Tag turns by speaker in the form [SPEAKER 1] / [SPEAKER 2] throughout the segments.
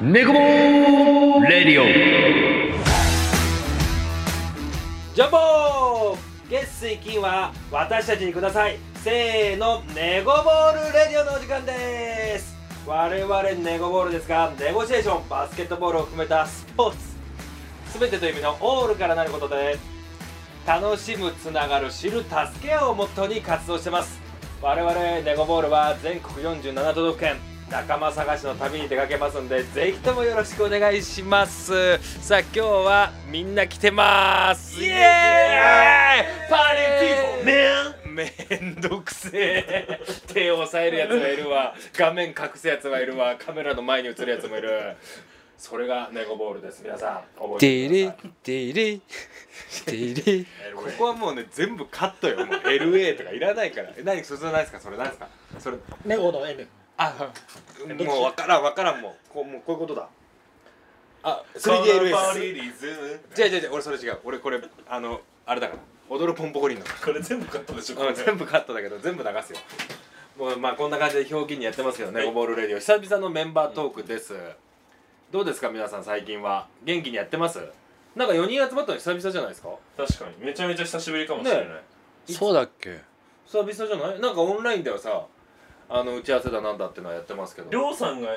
[SPEAKER 1] ネコボーレディ
[SPEAKER 2] ジャンボ月水金は私たちにくださいせーのネゴボールレディオのお時間です我々ネゴボールですがネゴシエーションバスケットボールを含めたスポーツ全てという意味のオールからなることで楽しむつながる知る助け合うをモットーに活動してます我々ネゴボールは全国47都道府県仲間探しの旅に出かけますんでぜひともよろしくお願いしますさあ今日はみんな来てますイエーイパーティーピーポーめんどくせえ手を押さえるやつがいるわ画面隠すやつがいるわカメラの前に映るやつもいるそれがネゴボールです皆さん覚えて
[SPEAKER 3] デ
[SPEAKER 2] ください
[SPEAKER 3] レデレデレ
[SPEAKER 2] ここはもうね全部カットよもう LA とかいらないからえ何それないですかそれないですかそれ
[SPEAKER 4] ネゴの N
[SPEAKER 2] あもうわからんわからんもうこうもうこういうことだあ
[SPEAKER 5] パー
[SPEAKER 2] 3DLS
[SPEAKER 5] リリズム
[SPEAKER 2] 違う違う違う俺それ違う俺これあのあれだから踊るポンポコリンの
[SPEAKER 5] これ全部カットでしょこ
[SPEAKER 2] う
[SPEAKER 5] れ
[SPEAKER 2] ん 全部カットだけど全部流すよもうまあこんな感じで表現にやってますけどね「ゴボールレディオ」久々のメンバートークですどうですか皆さん最近は元気にやってますなんか4人集まったの久々じゃないですか
[SPEAKER 5] 確かにめちゃめちゃ久しぶりかもしれない、
[SPEAKER 2] ね
[SPEAKER 3] そうだっけ
[SPEAKER 2] 久々じゃないなんかオンラインではさあの打ち合わせだなんだってのはやってますけど
[SPEAKER 5] りょうさんが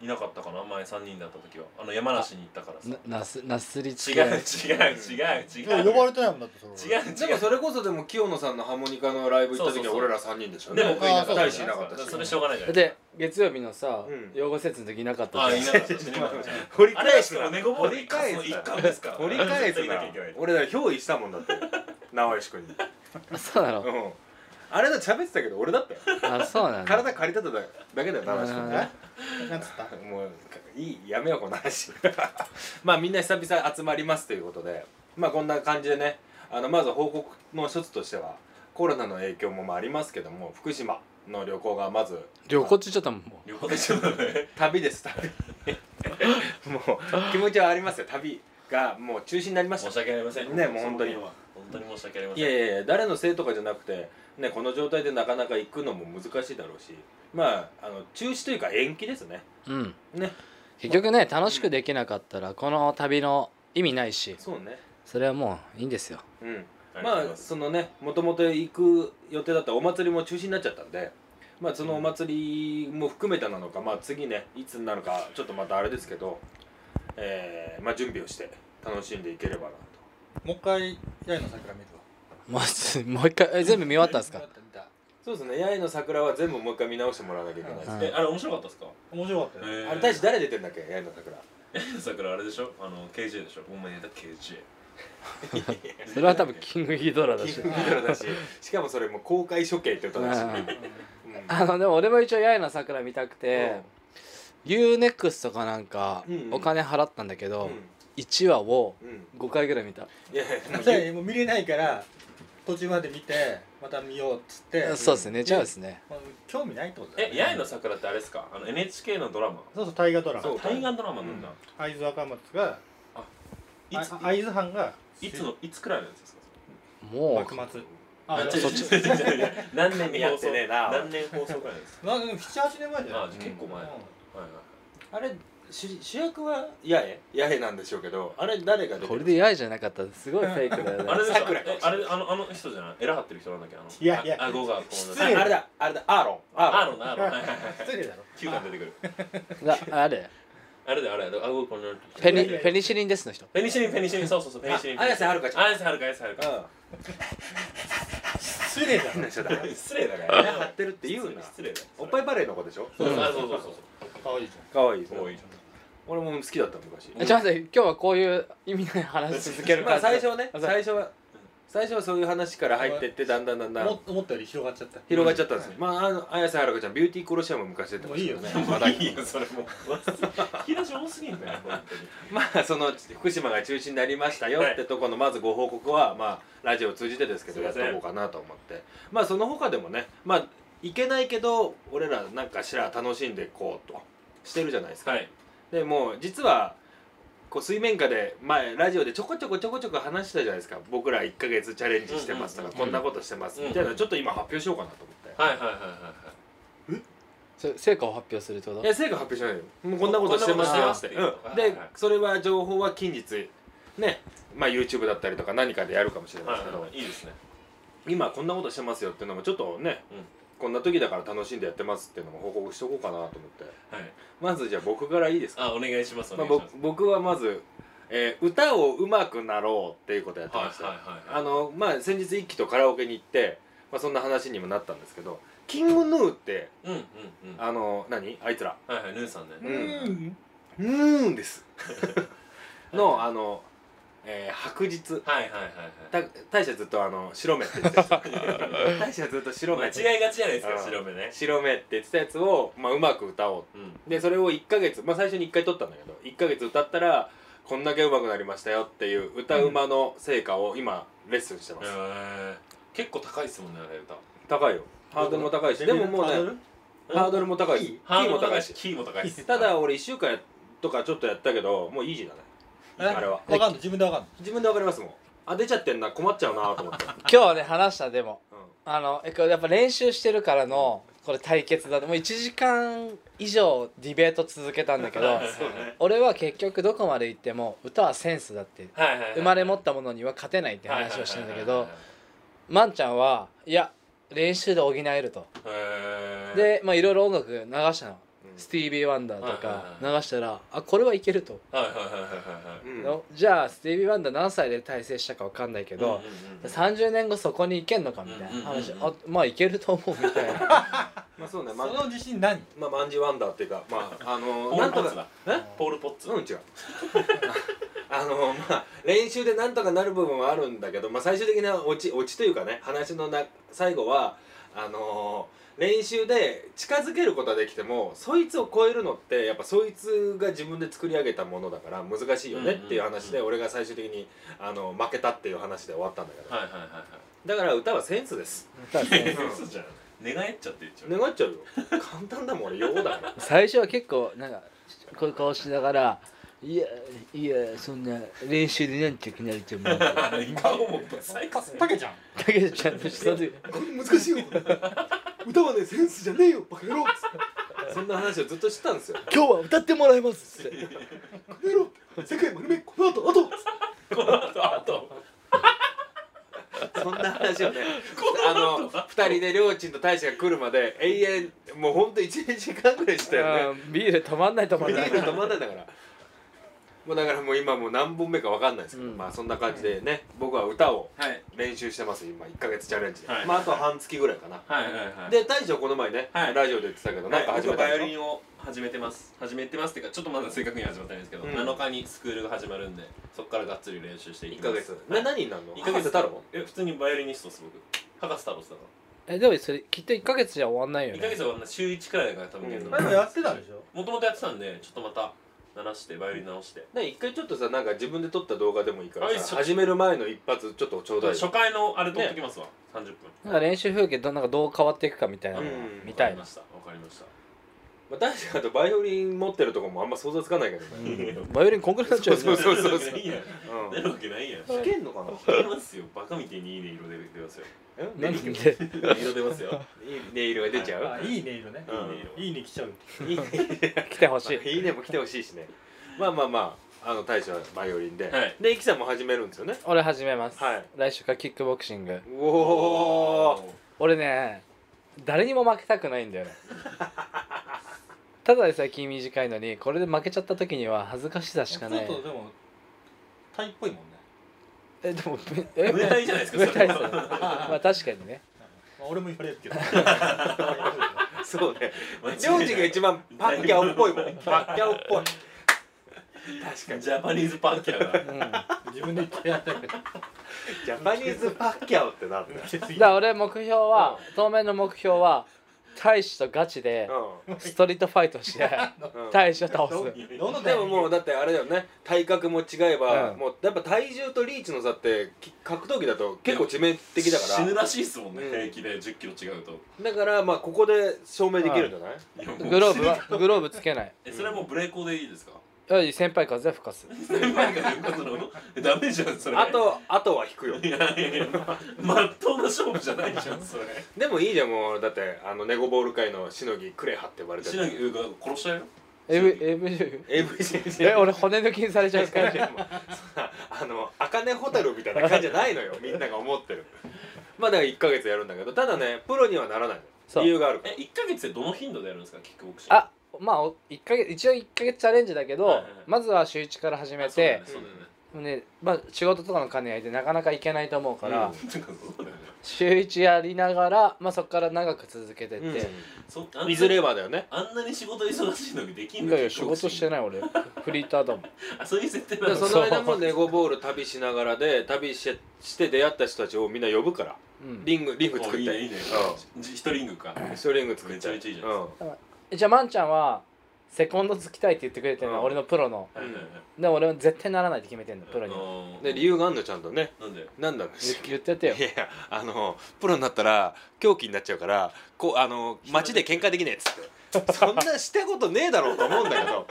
[SPEAKER 5] いなかったかな前3人だった時はあの山梨に行ったからさ
[SPEAKER 3] ななすなすりつ
[SPEAKER 5] 違
[SPEAKER 3] け
[SPEAKER 5] う違う違う違う
[SPEAKER 4] 呼ばれてないもんだってそれ
[SPEAKER 5] 違う
[SPEAKER 2] でもそれこそでも清野さんのハーモニカのライブ行った時は俺ら3人でしょ
[SPEAKER 5] でも
[SPEAKER 2] 僕いなかった
[SPEAKER 4] あー
[SPEAKER 2] 大
[SPEAKER 4] そ
[SPEAKER 2] 志
[SPEAKER 4] う
[SPEAKER 2] い
[SPEAKER 4] だね
[SPEAKER 2] なかったし
[SPEAKER 5] それしょうがないじゃん
[SPEAKER 3] で月曜日のさ、
[SPEAKER 2] うん
[SPEAKER 3] 養護施設の時いなかった
[SPEAKER 5] あい
[SPEAKER 3] じゃ
[SPEAKER 5] な
[SPEAKER 3] ん
[SPEAKER 5] かったですね今のじゃん
[SPEAKER 2] 掘り
[SPEAKER 5] あれ
[SPEAKER 2] 返
[SPEAKER 5] は
[SPEAKER 2] す
[SPEAKER 5] し
[SPEAKER 2] な
[SPEAKER 5] かもネゴボール一貫の一貫ですから
[SPEAKER 2] 掘り返す
[SPEAKER 5] 絶対
[SPEAKER 2] な
[SPEAKER 5] なきゃいけない
[SPEAKER 2] 俺ら憑依したもんだって 直江君に
[SPEAKER 3] あそうな
[SPEAKER 2] う
[SPEAKER 3] の
[SPEAKER 2] んあれだ喋ってたけど俺だったよ
[SPEAKER 3] あそうなの
[SPEAKER 2] 体借りただだけだよ直江君ね
[SPEAKER 3] あ
[SPEAKER 4] えなんつった
[SPEAKER 2] もういいやめようこの話まあみんな久々集まりますということでまあこんな感じでねあのまず報告の一つとしてはコロナの影響もまあありますけども福島の旅行がまず
[SPEAKER 3] 旅行中ちょっともう
[SPEAKER 5] 旅行でしょだね
[SPEAKER 2] 旅です旅もう気持ちはありますよ旅がもう中止になりまし
[SPEAKER 5] 申した訳ありません
[SPEAKER 2] ねもう本当に
[SPEAKER 5] その件は本当に申し訳ありませ
[SPEAKER 2] い
[SPEAKER 5] ん
[SPEAKER 2] やいやいや誰のせいとかじゃなくて、ね、この状態でなかなか行くのも難しいだろうしまああの中止というか延期ですね
[SPEAKER 3] うん
[SPEAKER 2] ね
[SPEAKER 3] 結局ね楽しくできなかったらこの旅の意味ないし
[SPEAKER 2] そうね
[SPEAKER 3] それはもういいんですよ
[SPEAKER 2] うん
[SPEAKER 5] ありがとうござい
[SPEAKER 2] まあそのねもともと行く予定だったお祭りも中止になっちゃったんでまあそのお祭りも含めたなのかまあ次ねいつになるかちょっとまたあれですけどえー、まあ準備をして楽しんでいければなと
[SPEAKER 4] もう一回八重の桜見る
[SPEAKER 3] も
[SPEAKER 4] わ
[SPEAKER 3] うすもう 一回え全部見終わったんですか
[SPEAKER 4] 見た
[SPEAKER 2] そうですね八重の桜は全部もう一回見直してもらわなきゃいけないです、
[SPEAKER 3] うん
[SPEAKER 5] えあれ面白かったですか
[SPEAKER 4] 面白かったよ
[SPEAKER 2] あれ大使誰出てんだっけ八重の桜
[SPEAKER 5] 桜あれでしょあの KJ でしょお前だ KJ
[SPEAKER 3] それは多分キングギドラだ
[SPEAKER 2] キ
[SPEAKER 3] し
[SPEAKER 2] ングギドラだししかもそれもう公開処刑ってことだし、
[SPEAKER 3] う
[SPEAKER 2] うんん
[SPEAKER 3] あのでも俺も一応八重の桜見たくて、UNEXT とかなんか
[SPEAKER 2] うんうん
[SPEAKER 3] お金払ったんだけ
[SPEAKER 2] う
[SPEAKER 3] ど、
[SPEAKER 2] ん
[SPEAKER 3] 1話を
[SPEAKER 2] うん
[SPEAKER 3] 5回ぐらい見た、
[SPEAKER 2] いやい
[SPEAKER 4] だか
[SPEAKER 2] や
[SPEAKER 4] らもう見れないから途中まで見てまた見ようっつって
[SPEAKER 3] そうですねじゃあですね
[SPEAKER 4] まあ興味ないってことだよ
[SPEAKER 5] え
[SPEAKER 4] ね
[SPEAKER 5] 八重の桜ってあれですかあの NHK のドラマ
[SPEAKER 4] そうそう大河ドラ
[SPEAKER 2] そ
[SPEAKER 4] マ
[SPEAKER 2] う
[SPEAKER 5] 対岸ドラマなんだ、
[SPEAKER 4] 会津若松が
[SPEAKER 5] い
[SPEAKER 4] あ
[SPEAKER 5] つ
[SPEAKER 4] 会津藩が
[SPEAKER 5] いつのいつくらいのやつですか
[SPEAKER 3] もう
[SPEAKER 4] 幕末
[SPEAKER 5] あ
[SPEAKER 4] あ
[SPEAKER 5] 違う
[SPEAKER 3] そっ
[SPEAKER 5] 違
[SPEAKER 3] ち
[SPEAKER 5] う違う違う何年に
[SPEAKER 2] やってねえな
[SPEAKER 5] 何年放送くらいですか
[SPEAKER 4] なんか78年前
[SPEAKER 5] あ
[SPEAKER 4] じゃない
[SPEAKER 5] じゃあ結構前、はいはい
[SPEAKER 2] あれ主主役は八重八重なんでしょうけどあれ誰が出て
[SPEAKER 3] これ
[SPEAKER 2] る
[SPEAKER 3] で八重じゃなかったらすごいフェイクだよね
[SPEAKER 5] あれでしょ
[SPEAKER 2] 桜
[SPEAKER 5] えあれあのあの人じゃないエラ張ってる人なんだっけあの
[SPEAKER 4] いやいや
[SPEAKER 5] あ顎がこう
[SPEAKER 4] 失
[SPEAKER 2] あ
[SPEAKER 4] 礼
[SPEAKER 2] あれだあれだアーロンア
[SPEAKER 5] あ
[SPEAKER 2] ーロ
[SPEAKER 5] るなあるはいはいはい
[SPEAKER 4] 失礼だろ
[SPEAKER 5] 九巻出てくる
[SPEAKER 3] だあれ
[SPEAKER 5] あれだよあれだよ顎こんな
[SPEAKER 3] ペ
[SPEAKER 4] いやいやい
[SPEAKER 3] ニ
[SPEAKER 4] や
[SPEAKER 3] ペニシリンですの人
[SPEAKER 5] ペニシリンペニシリンそうそうそうペニシリン
[SPEAKER 2] あ綾瀬はるかちゃん
[SPEAKER 5] 綾瀬はるか綾瀬はるか
[SPEAKER 2] ン
[SPEAKER 4] 失 礼だ
[SPEAKER 2] うん
[SPEAKER 4] ろ
[SPEAKER 2] 何しだから
[SPEAKER 5] 失礼だか
[SPEAKER 2] あれ
[SPEAKER 5] ら
[SPEAKER 2] 張ってるって言うな
[SPEAKER 5] 失礼だよ
[SPEAKER 2] おっぱいバレーの子でしょ
[SPEAKER 5] そうそうあそうそうそう
[SPEAKER 4] 可愛いじ
[SPEAKER 2] 可愛い
[SPEAKER 5] そう多いじ
[SPEAKER 2] 俺も好きだった昔
[SPEAKER 3] えちょっと待って今日はこういう意味ない話続ける
[SPEAKER 2] ま
[SPEAKER 3] 感
[SPEAKER 2] あ
[SPEAKER 3] じだ
[SPEAKER 2] 最初はね
[SPEAKER 3] あそう
[SPEAKER 2] 最初は最初はそういう話から入ってってだんだんだんだ
[SPEAKER 4] ゃん
[SPEAKER 2] ん
[SPEAKER 4] も思ったより広がっちゃった
[SPEAKER 2] 広がっちゃったんですよ、まああの綾瀬はるかちゃんビューティーコロシアムも昔出てましたよね
[SPEAKER 4] もう
[SPEAKER 2] ま
[SPEAKER 5] ゃ
[SPEAKER 2] だ
[SPEAKER 5] んいいよそれも引き出し多すぎんだよ本当に
[SPEAKER 2] まあその福島が中止になりましたよってとこのまずご報告はまあラジオを通じてですけど
[SPEAKER 5] すい
[SPEAKER 2] やっ
[SPEAKER 5] ま
[SPEAKER 2] と
[SPEAKER 5] せん
[SPEAKER 2] こうかなと思ってまあその他でもねまあいけないけど俺らなんかしら楽しんでいこうとしてるじゃないですか、
[SPEAKER 5] はい
[SPEAKER 2] でもう実はこう水面下で前ラジオでちょこちょこちょこちょこ話したじゃないですか僕ら1ヶ月チャレンジしてますとか、
[SPEAKER 5] うん
[SPEAKER 2] こんなことしてますみたいな、
[SPEAKER 5] うん
[SPEAKER 2] ちょっと今発表しようかなと思って、
[SPEAKER 5] はいはいはいはいはい
[SPEAKER 3] それ成果を発表するってこと
[SPEAKER 2] いや成果発表しないよもうこんなことしてま
[SPEAKER 5] こ
[SPEAKER 2] し
[SPEAKER 5] ん
[SPEAKER 2] た
[SPEAKER 5] な
[SPEAKER 2] よ
[SPEAKER 5] こ
[SPEAKER 2] っ
[SPEAKER 5] としててますっ
[SPEAKER 2] うん
[SPEAKER 5] てはい
[SPEAKER 2] で
[SPEAKER 5] はい
[SPEAKER 2] それは情報は近日ねまあ YouTube だったりとか何かでやるかもしれない
[SPEAKER 5] は
[SPEAKER 2] ですけど、
[SPEAKER 5] い、いいですね
[SPEAKER 2] 今こんなことしてますよっていうのもちょっとね、
[SPEAKER 5] うん
[SPEAKER 2] こんな時だから楽しんでやってますっていうのも報告しとこうかなと思って
[SPEAKER 5] はい
[SPEAKER 2] まずじゃあ僕からいいですか、
[SPEAKER 5] あお願いしますお
[SPEAKER 2] ま
[SPEAKER 5] 願
[SPEAKER 2] あ、
[SPEAKER 5] いし
[SPEAKER 2] ぼ
[SPEAKER 5] ます、
[SPEAKER 2] 僕はまず、えー歌を上手くなろうっていうことやってました、
[SPEAKER 5] はいはいはい
[SPEAKER 2] あのまあ先日一期とカラオケに行って、まあ、そんな話にもなったんですけどキングヌーって
[SPEAKER 5] うんうんうん
[SPEAKER 2] あの何あいつら
[SPEAKER 5] はいはいヌーさんね、
[SPEAKER 2] う
[SPEAKER 4] うんん
[SPEAKER 2] うーんです のあの、えー白日
[SPEAKER 5] はいはいはいはい
[SPEAKER 2] た大社ずっとあの白目って言ってた大社ずっと白目
[SPEAKER 5] 間違いがちじゃないです
[SPEAKER 2] うん
[SPEAKER 5] か白目ね
[SPEAKER 2] 白目って言ってたやつを、まあ、うまく歌おう
[SPEAKER 5] うん
[SPEAKER 2] でそれを1ヶ月、まあ、最初に1回撮ったんだけど1ヶ月歌ったらこんだけうまくなりましたよっていう歌うまの成果を今レッスンしてま
[SPEAKER 5] へ
[SPEAKER 2] す、
[SPEAKER 5] ー結構高いですもんねあれ歌
[SPEAKER 2] 高いよハードルも高いしでももう
[SPEAKER 4] ハード
[SPEAKER 2] ね
[SPEAKER 4] ル
[SPEAKER 2] ハードルも高いしキ
[SPEAKER 5] ハー
[SPEAKER 2] ー
[SPEAKER 5] ド
[SPEAKER 2] も
[SPEAKER 5] ルも
[SPEAKER 2] 高
[SPEAKER 5] 高
[SPEAKER 2] い
[SPEAKER 5] い
[SPEAKER 2] し
[SPEAKER 5] しキーも 高いです
[SPEAKER 2] ただ俺1週間とかちょっとやったけどもうイージーだね
[SPEAKER 4] え
[SPEAKER 2] あれは
[SPEAKER 4] わかんない自分でわかんない
[SPEAKER 2] 自分でわかりますもんあ出ちゃってんな困っちゃうなと思って、
[SPEAKER 3] 今日はね話したでも
[SPEAKER 2] うん
[SPEAKER 3] あのえこれやっぱ練習してるからのこれ対決だともう1時間以上ディベート続けたんだけど
[SPEAKER 5] そうね
[SPEAKER 3] 俺は結局どこまで行っても歌はセンスだって
[SPEAKER 5] はいはいはい
[SPEAKER 3] 生まれ持ったものには勝てないって話をしてんだけ
[SPEAKER 5] はい
[SPEAKER 3] ど
[SPEAKER 5] はいはい
[SPEAKER 3] まんちゃんはいや練習で補えると
[SPEAKER 5] へー
[SPEAKER 3] でまあいろいろ音楽流したの
[SPEAKER 2] うん
[SPEAKER 3] スティービー・ワンダーと
[SPEAKER 5] はい
[SPEAKER 3] か
[SPEAKER 5] はい
[SPEAKER 3] 流
[SPEAKER 5] は
[SPEAKER 3] したらあこれはいけると
[SPEAKER 5] はいはいはいはいはいは
[SPEAKER 2] う
[SPEAKER 5] い
[SPEAKER 2] ん
[SPEAKER 3] のじゃあスティービー・ワンダー何歳で大成したか分かんないけど、30年後そこに行けんのかみたいな話、
[SPEAKER 5] うんうんうんうん
[SPEAKER 3] あまあ行けると思うみたいな
[SPEAKER 2] まあそうね、
[SPEAKER 4] そ
[SPEAKER 2] ま
[SPEAKER 4] の自信何
[SPEAKER 2] まあ、マンジワンダーっていうか、ま あ、あの
[SPEAKER 5] ポ
[SPEAKER 2] ー、な
[SPEAKER 5] ー
[SPEAKER 2] ん
[SPEAKER 5] ルポ
[SPEAKER 2] と
[SPEAKER 5] ッツ
[SPEAKER 2] か、
[SPEAKER 5] だポールポッツ
[SPEAKER 2] うん、違う。 あのー、まあ、練習でなんとかなる部分はあるんだけど、まあ、最終的なオチ、オチというかね、話のな、最後は。あのー、練習で近づけることはできても、そいつを超えるのって、やっぱそいつが自分で作り上げたものだから、難しいよねっていう話で、
[SPEAKER 5] うん
[SPEAKER 2] 俺が最終的に。あの、負けたっていう話で終わったんだけど、
[SPEAKER 5] はいはいはいはい
[SPEAKER 2] だから、歌はセンスです。
[SPEAKER 3] だからね
[SPEAKER 5] 嘘じゃん寝返っちゃって言っちゃう
[SPEAKER 2] 願っちゃうよ。簡単だもん、俺、用語だから。
[SPEAKER 3] 最初は結構なんかこういう顔しながらいやいやそんな練習でなんていけないと思うだ
[SPEAKER 5] 顔もブサイク
[SPEAKER 4] たけちゃん
[SPEAKER 3] けどちゃんとしたで
[SPEAKER 2] これ難しいよ歌はねセンスじゃねえよバカ野郎そんな話をずっとしてたんですよ
[SPEAKER 3] 今日は歌ってもらいますって
[SPEAKER 2] バカ野郎世界丸めこの後あと
[SPEAKER 5] この後あと
[SPEAKER 2] そんな話をねあの二人でりょうちんと大志が来るまで永遠もうほんと1時間ぐらいしたよね
[SPEAKER 3] うんビール止まんない止ま
[SPEAKER 2] ビ
[SPEAKER 3] んない
[SPEAKER 2] ール止まんないんだからもうだからもう今もう何本目かわかんないですけど、
[SPEAKER 3] うん
[SPEAKER 2] まあそんな感じでね僕は歌を
[SPEAKER 5] はい
[SPEAKER 2] 練習してます今1ヶ月チャレンジで、
[SPEAKER 5] はい
[SPEAKER 2] まああと半月ぐらいかな、
[SPEAKER 5] はいはいはい
[SPEAKER 2] で大志はこの前ね、
[SPEAKER 5] はい
[SPEAKER 2] ラジオで言ってたけどな
[SPEAKER 5] な
[SPEAKER 2] んん
[SPEAKER 5] か
[SPEAKER 2] か
[SPEAKER 5] 始
[SPEAKER 2] 始
[SPEAKER 5] め
[SPEAKER 2] めた
[SPEAKER 5] バ
[SPEAKER 2] で
[SPEAKER 5] イオ
[SPEAKER 2] しょ
[SPEAKER 5] リンを始めてます始めてますっていうかちょっとまだ正確には始まってないんですけど、
[SPEAKER 2] うん
[SPEAKER 5] 7日にスクールが始まるんでそこからがっつり練習してい
[SPEAKER 2] 1
[SPEAKER 5] き
[SPEAKER 2] ヶ
[SPEAKER 5] ます
[SPEAKER 2] 月、な何になるの1
[SPEAKER 5] 1
[SPEAKER 2] ヶ
[SPEAKER 5] ヶ月
[SPEAKER 2] 月太郎
[SPEAKER 5] え普通にバイオリニストです僕博士太郎っすだか
[SPEAKER 3] えでもそれきっと1ヶ月じゃ終わんない
[SPEAKER 5] ら
[SPEAKER 3] よ
[SPEAKER 5] 1ヶ
[SPEAKER 3] ね
[SPEAKER 5] 月は週1くらいが多分限度
[SPEAKER 2] うん
[SPEAKER 5] な
[SPEAKER 4] 前
[SPEAKER 5] ん
[SPEAKER 4] も
[SPEAKER 5] で
[SPEAKER 4] やってたでしょ
[SPEAKER 5] もともとやってたんでちょっとまた鳴らしてバイオリン直して、
[SPEAKER 2] ね一回ちょっとさなんか自分で撮った動画でもいいか
[SPEAKER 5] あいい
[SPEAKER 2] ら
[SPEAKER 5] っす
[SPEAKER 2] さ
[SPEAKER 5] よ
[SPEAKER 2] 始める前の一発ちょっとちょうだい
[SPEAKER 5] 初回のあれ撮っときますわ、30分
[SPEAKER 3] なんか練習風景どんなんかどう変わっていくかみたいなのが
[SPEAKER 2] うん
[SPEAKER 3] 見
[SPEAKER 5] わ
[SPEAKER 3] た
[SPEAKER 5] か
[SPEAKER 3] い
[SPEAKER 5] り
[SPEAKER 3] な
[SPEAKER 5] ましたわかりました
[SPEAKER 2] まあ、確かにバイオリン持ってるとこもあんま想像つかないけど
[SPEAKER 3] う
[SPEAKER 2] ね
[SPEAKER 3] んバイオリンこんぐらいになっちゃうよね
[SPEAKER 2] そうそうそうそう
[SPEAKER 5] なるわけないやん
[SPEAKER 2] うん
[SPEAKER 5] なるわけないやん
[SPEAKER 2] 弾けんのかな
[SPEAKER 5] 出ますよバカみてえにいいね色出てますよ
[SPEAKER 2] え
[SPEAKER 3] なん
[SPEAKER 2] い
[SPEAKER 3] で
[SPEAKER 5] いい色出ますよ
[SPEAKER 2] いネイルが出ちゃう、
[SPEAKER 4] あいいね色ね
[SPEAKER 2] うん
[SPEAKER 5] いいね
[SPEAKER 4] いいね来ちゃう
[SPEAKER 2] いいね
[SPEAKER 3] 来てほしい
[SPEAKER 2] いいねも来てほしいしねまあまあまああの大将はバイオリンで、
[SPEAKER 5] はい
[SPEAKER 2] でいきさんも始めるんですよね
[SPEAKER 3] 俺始めます、
[SPEAKER 2] はい
[SPEAKER 3] 来週からキックボクシング
[SPEAKER 2] おお
[SPEAKER 3] 俺ね誰にも負けたくないんだよねただでさえ気短いのにこれで負けちゃった時には恥ずかしさし
[SPEAKER 4] ちょ
[SPEAKER 3] か
[SPEAKER 4] っ
[SPEAKER 3] ない
[SPEAKER 4] とでもタイっぽいもんね
[SPEAKER 3] えでも
[SPEAKER 5] ー
[SPEAKER 3] え
[SPEAKER 5] 無体じゃないですか
[SPEAKER 3] 無体
[SPEAKER 5] それは
[SPEAKER 3] さまあ確かにね
[SPEAKER 4] まあ俺も言われるけど
[SPEAKER 2] そうね
[SPEAKER 5] 間違いない
[SPEAKER 2] ジョージが一番パッキャオっぽいもんパッキャオっぽい確かに
[SPEAKER 5] ジャパニーズパンキャーが
[SPEAKER 3] うんだか
[SPEAKER 4] 自分で言ってやったけど
[SPEAKER 2] ジャパニーズパッキャオってなんだよ
[SPEAKER 4] 受け継いだ
[SPEAKER 3] ら俺目標は当面の目標は大使とガチでストリートファイトして
[SPEAKER 2] うんうん
[SPEAKER 3] 大使を倒す
[SPEAKER 4] どどの
[SPEAKER 2] でももう
[SPEAKER 4] だ
[SPEAKER 2] だってあれだよね体格も違えば、
[SPEAKER 3] うん
[SPEAKER 2] もうやっぱ体重とリーチの差ってき格闘技だと結構致命的だか
[SPEAKER 5] 死ぬ
[SPEAKER 2] ら
[SPEAKER 5] らしいっすもんね、
[SPEAKER 2] うん
[SPEAKER 5] 平気で1 0キロ違うと
[SPEAKER 2] だからまあここで証明できるんじゃない、
[SPEAKER 5] いやもう
[SPEAKER 3] グローブはグローブつけない
[SPEAKER 5] えそれはもうブレイコーでいいですか
[SPEAKER 3] やいや先輩風は吹かす
[SPEAKER 5] 先輩が言うことなのえダメじゃんそれ
[SPEAKER 2] あとあとは引くよ
[SPEAKER 5] いやいやいやまっとうな勝負じゃないじゃんそれ
[SPEAKER 2] でもいいじゃんもうだってあのネゴボール界のしのぎクレハって言われて
[SPEAKER 5] しなぎうが殺したよ
[SPEAKER 3] AV AV
[SPEAKER 2] AV 先生
[SPEAKER 3] え俺骨抜きにされちゃう感じ
[SPEAKER 2] あの茜ホテルみたいな感じじゃないのよみんなが思ってるまあだから1ヶ月やるんだけどただねプロにはならない
[SPEAKER 3] そう
[SPEAKER 2] の理由があるから
[SPEAKER 5] え一ヶ月でどの頻度でやるんですかキックボクシング
[SPEAKER 3] あまあお一ヶ月一応1ヶ月チャレンジだけど、
[SPEAKER 5] はいはいはい
[SPEAKER 3] まずは週1から始め
[SPEAKER 5] そうだよ
[SPEAKER 3] て
[SPEAKER 5] ねそうだよね
[SPEAKER 3] ねまあ、仕事とかの兼ね合いでなかなかいけないと思うから、
[SPEAKER 2] うん
[SPEAKER 5] てかそうだよね
[SPEAKER 3] 週1やりながら、まあ、そこから長く続けてって、
[SPEAKER 5] そあん
[SPEAKER 2] うん
[SPEAKER 5] ない
[SPEAKER 2] ずれはだよね
[SPEAKER 5] あんなに仕事忙しいのにできん
[SPEAKER 3] い
[SPEAKER 5] の
[SPEAKER 3] やいや仕事して
[SPEAKER 5] ない
[SPEAKER 3] ない俺フリーターだもん
[SPEAKER 5] あそういう設定な
[SPEAKER 2] で
[SPEAKER 5] の
[SPEAKER 2] その間もネゴボール旅しながらで旅してして出会った人たちをみんな呼ぶから
[SPEAKER 3] うん
[SPEAKER 2] リングリング作
[SPEAKER 5] あ
[SPEAKER 2] っ
[SPEAKER 5] いいねい
[SPEAKER 2] て
[SPEAKER 5] いねじ一リングか
[SPEAKER 2] 一人リング作っ
[SPEAKER 5] め
[SPEAKER 2] て
[SPEAKER 5] ちゃめちゃいいじゃ
[SPEAKER 2] う
[SPEAKER 5] ない
[SPEAKER 2] ん
[SPEAKER 3] じゃあまんちゃんはセコンドつきたいって言ってくれてるの、
[SPEAKER 2] うん
[SPEAKER 3] 俺のプロの
[SPEAKER 5] はいはいはい
[SPEAKER 3] でも俺は絶対ならないって決めてんのプロに、
[SPEAKER 5] あのー
[SPEAKER 2] で理由があんのちゃんとね
[SPEAKER 5] なんで
[SPEAKER 2] なんだろう
[SPEAKER 3] 言言ってやってよ
[SPEAKER 2] いやいやあのプロになったら狂気になっちゃうからこうあの街で喧嘩できねえっつってそんなしたことねえだろうと思うんだけど